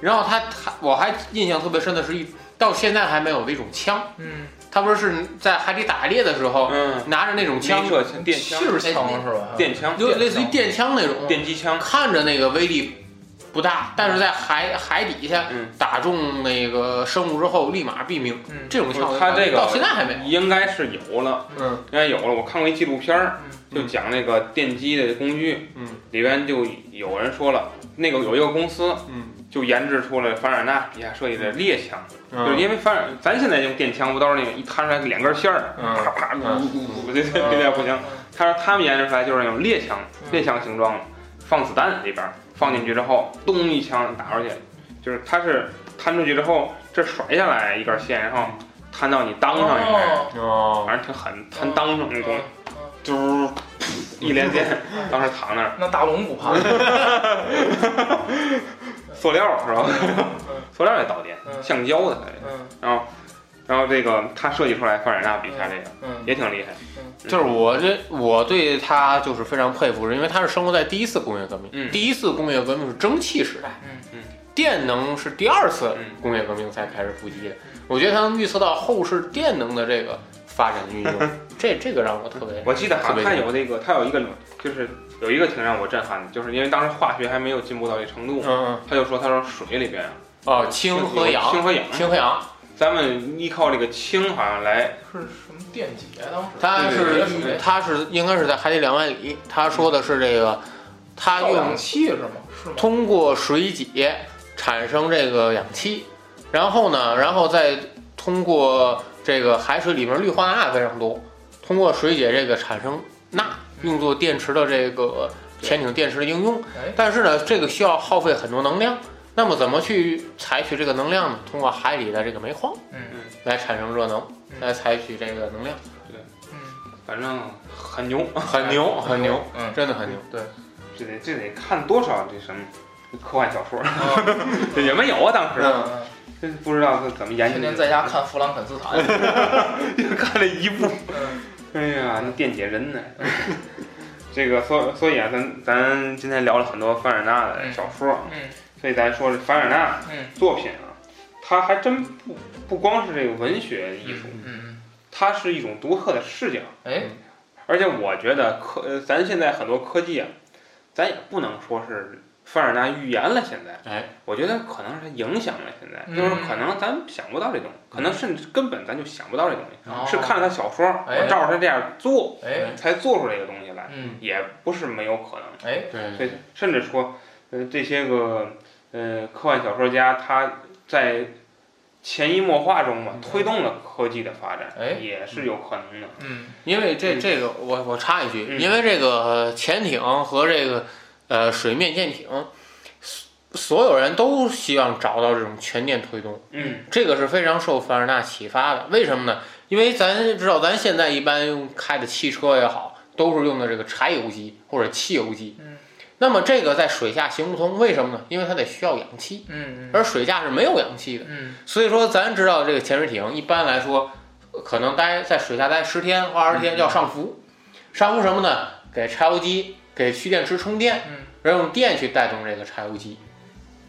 S3: 然后他他我还印象特别深的是一到现在还没有的一种枪，
S4: 嗯，
S3: 他不是在海底打猎的时候、
S1: 嗯，
S3: 拿着那种枪
S1: 镭，射枪、电枪、
S4: 是枪是吧？
S1: 电枪、
S3: 嗯就类似于电枪那种，
S1: 电击枪，
S3: 看着那个威力不大，但是在海海底下
S1: 嗯，
S3: 打中那个生物之后立马毙命，
S4: 嗯，
S3: 这种枪
S1: 他这个
S3: 到现在还没有。
S1: 应该是有了，
S3: 嗯
S1: 应该有了。我看过一纪录片儿，
S3: 嗯
S1: 就讲那个电击的工具，
S3: 嗯
S1: 里边就有人说了，那个有一个公司
S3: 嗯，
S1: 就研制出了凡尔纳笔下设计的猎枪，就是
S3: 嗯
S1: 因为凡尔，咱现在用电枪不都是那个一摊出来两根线儿，
S3: 嗯
S1: 啪啪，
S3: 嗯
S1: 呜呜呜，这这这点不行。他说他们研制出来就是那种猎枪，
S4: 嗯
S1: 猎枪形状的，放子弹里边儿放进去之后，咚一枪打出去，就是它是弹出去之后，这甩下来一根线，然后弹到你裆上应该是，
S4: 哦，
S3: 哦，
S1: 反正挺狠，弹裆上那种，嘟，一连线，当时躺那儿，
S4: 那大龙不怕，
S1: 塑料是吧？塑料也导电，
S4: 嗯
S1: 橡胶的，
S4: 嗯
S1: 然后然后这个他设计出来凡尔纳笔下这个
S4: 嗯
S1: 也挺厉害，
S3: 就是我这我对他就是非常佩服，是因为他是生活在第一次工业革命，
S1: 嗯
S3: 第一次工业革命是蒸汽时代。
S4: 嗯
S3: 电能是第二次
S1: 嗯
S3: 工业革命才开始普及的，我觉得它能预测到后世电能的这个发展运用，这这个让我特别
S1: 我记得好像
S3: 特别
S1: 看有那个，它有一个就是有一个挺让我震撼的，就是因为当时化学还没有进步到这程度，
S3: 嗯嗯
S1: 他就说他说水里边啊
S3: 哦，氢和
S1: 有氢
S3: 氧，
S1: 和氧，
S3: 氢和氧，
S1: 咱们依靠这个氢好像来，
S4: 是什么电解当时？
S3: 它
S1: 对
S3: 是
S1: 对
S4: 对
S3: 它是应该是在海底两万里，他说的是这个，他
S4: 照
S3: 用
S4: 氧气是吗？是吗？
S3: 通过水解产生这个氧气，然后呢，然后再通过这个海水里面氯化钠非常多，通过水解这个产生钠，用作电池的这个潜艇电池的应用
S4: 哎。
S3: 但是呢，这个需要耗费很多能量。那么怎么去采取这个能量呢？通过海里的这个煤矿
S4: 嗯
S3: 来产生热能，来采取这个能量，
S4: 嗯，
S1: 反正很牛，
S3: 很牛，很牛，
S4: 嗯
S3: 真的很牛。
S1: 这得这得看多少这什么科幻小 说，这也没有啊，当时
S3: 嗯，
S1: 这不知道他怎么研
S4: 天
S1: 究
S4: 天
S1: 的，
S4: 在家看《弗兰肯斯坦》。
S1: 就 看了一部，哎呀，那电解人呢？ 这个所所以啊，咱咱今天聊了很多凡尔纳的小说，
S4: 嗯
S1: 所以咱说这凡尔纳
S4: 嗯
S1: 作品啊，它还真不不光是这个文学艺术，
S4: 嗯，
S1: 它是一种独特的视角。
S4: 哎，
S1: 而且我觉得科，呃咱现在很多科技啊，咱也不能说是凡尔纳预言了。现在，
S3: 哎，
S1: 我觉得可能是它影响了。现在、
S4: 嗯
S1: 就是可能咱想不到这东西，可能甚至根本咱就想不到这东西，
S4: 哦
S1: 是看了他小说，
S4: 哎
S1: 我照着他这样做，
S4: 哎
S1: 才做出这个东西来，
S4: 嗯
S1: 也不是没有可能。
S4: 哎
S3: 对，
S1: 对，甚至说，呃，这些个呃科幻小说家他在潜移默化中嘛，
S4: 嗯
S1: 推动了科技的发展，
S4: 哎
S1: 也是有可能的。
S4: 嗯
S3: 因为这
S1: 嗯
S3: 这个我我插一句，
S1: 嗯
S3: 因为这个潜艇和这个呃水面舰艇，所所有人都希望找到这种全电推动，
S1: 嗯
S3: 这个是非常受凡尔纳启发的。为什么呢？因为咱知道，咱现在一般用开的汽车也好，都是用的这个柴油机或者汽油机。
S4: 嗯
S3: 那么这个在水下行不通，为什么呢？因为它得需要氧气，
S4: 嗯
S3: 而水下是没有氧气的。
S4: 嗯
S3: 所以说，咱知道这个潜水艇一般来说，可能待在水下待十天或二十天就要上浮，上浮什么呢？给柴油机、给蓄电池充电，
S4: 嗯
S3: 然后用电去带动这个柴油机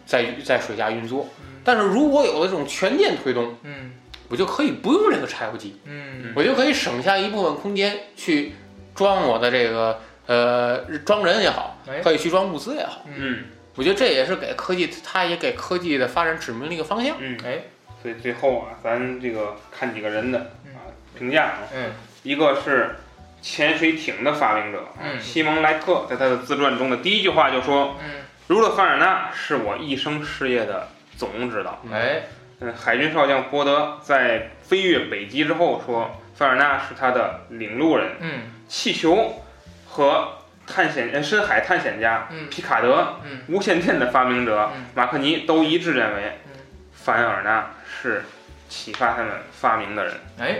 S3: 在在水下运作。但是如果有了这种全电推动，
S4: 嗯
S3: 我就可以不用这个柴油机，
S4: 嗯
S3: 我就可以省下一部分空间去装我的这个呃装人也好
S4: 哎，
S3: 可以去装物资也好。
S1: 嗯
S3: 我觉得这也是给科技，它也给科技的发展指明了一个方向。
S1: 嗯，
S4: 哎
S1: 所以最后啊，咱这个看几个人的
S4: 嗯
S1: 啊评价啊，
S4: 嗯
S1: 一个是潜水艇的发明者啊
S4: 嗯
S1: 西蒙莱特，在他的自传中的第一句话就说
S4: 嗯：“
S1: 儒勒凡尔纳是我一生事业的总指导。”
S4: 哎
S1: 嗯，海军少将波德在飞越北极之后说，凡尔纳是他的领路人。
S4: 嗯
S1: 气球和探险呃深海探险家
S4: 嗯
S1: 皮卡德、
S4: 嗯
S1: 无线电的发明者
S4: 嗯
S1: 马克尼都一致认为
S4: 嗯，
S1: 凡尔纳是启发他们发明的人。
S4: 哎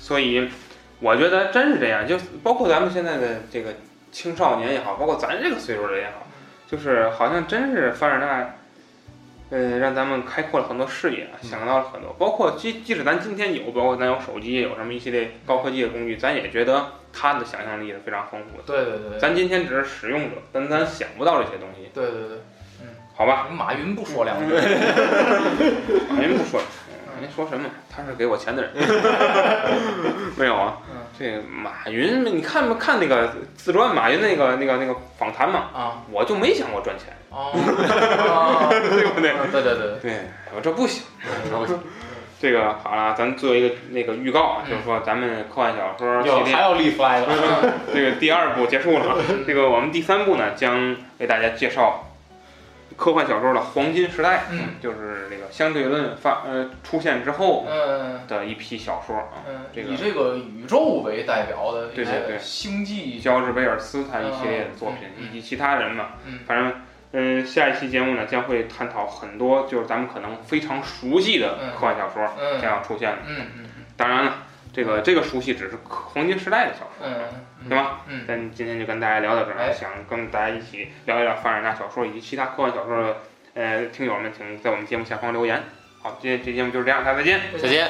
S1: 所以我觉得真是这样，就包括咱们现在的这个青少年也好，包括咱这个岁数的也好，就是好像真是凡尔纳，呃，让咱们开阔了很多视野，想到了很多。包括即即使咱今天有，包括咱有手机，有什么一系列高科技的工具，咱也觉得他的想象力是非常丰富的。
S4: 对对对对
S1: 咱今天只是使用者，但咱想不到这些东西，
S4: 对对对，
S1: 好吧？
S4: 马云不说两句，
S1: 马云不说了，嗯您说什么？他是给我钱的人， 没有啊
S4: 嗯。
S1: 这个马云，你看没看那个自传马云那个那个那个访谈嘛？
S4: 啊
S1: 我就没想过赚钱，
S4: 哦啊
S1: 对不对？
S4: 对对对，
S1: 对，我哎这不行，这个好了，咱做一个那个预告啊，
S4: 嗯
S1: 就是说咱们科幻小说系
S5: 有还
S1: 列
S5: 有立 flag 了，
S1: 这个第二部结束 了啊，这个我们第三部呢将为大家介绍科幻小说的黄金时代，
S4: 嗯
S1: 就是这个相对论发呃出现之后
S4: 嗯。
S1: 的一批小说啊。
S4: 嗯，
S1: 这个
S4: 以这个宇宙为代表的一
S1: 对对对
S4: 些星际，
S1: 乔治·贝尔斯他一系列的作品，
S4: 嗯嗯
S1: 以及其他人嘛，
S4: 嗯
S1: 反正。嗯，下一期节目呢将会探讨很多就是咱们可能非常熟悉的
S4: 嗯
S1: 科幻小说
S4: 嗯
S1: 将要出现了。
S4: 嗯嗯
S1: 当然了，这个这个熟悉只是黄金时代的小说，
S4: 嗯嗯，
S1: 行吧？
S4: 嗯，
S1: 咱今天就跟大家聊到这儿，
S4: 哎
S1: 想跟大家一起聊一聊凡尔纳小说以及其他科幻小说的呃听友们，请在我们节目下方留言。好，今天这节目就是这样，大家再见。
S3: 再见。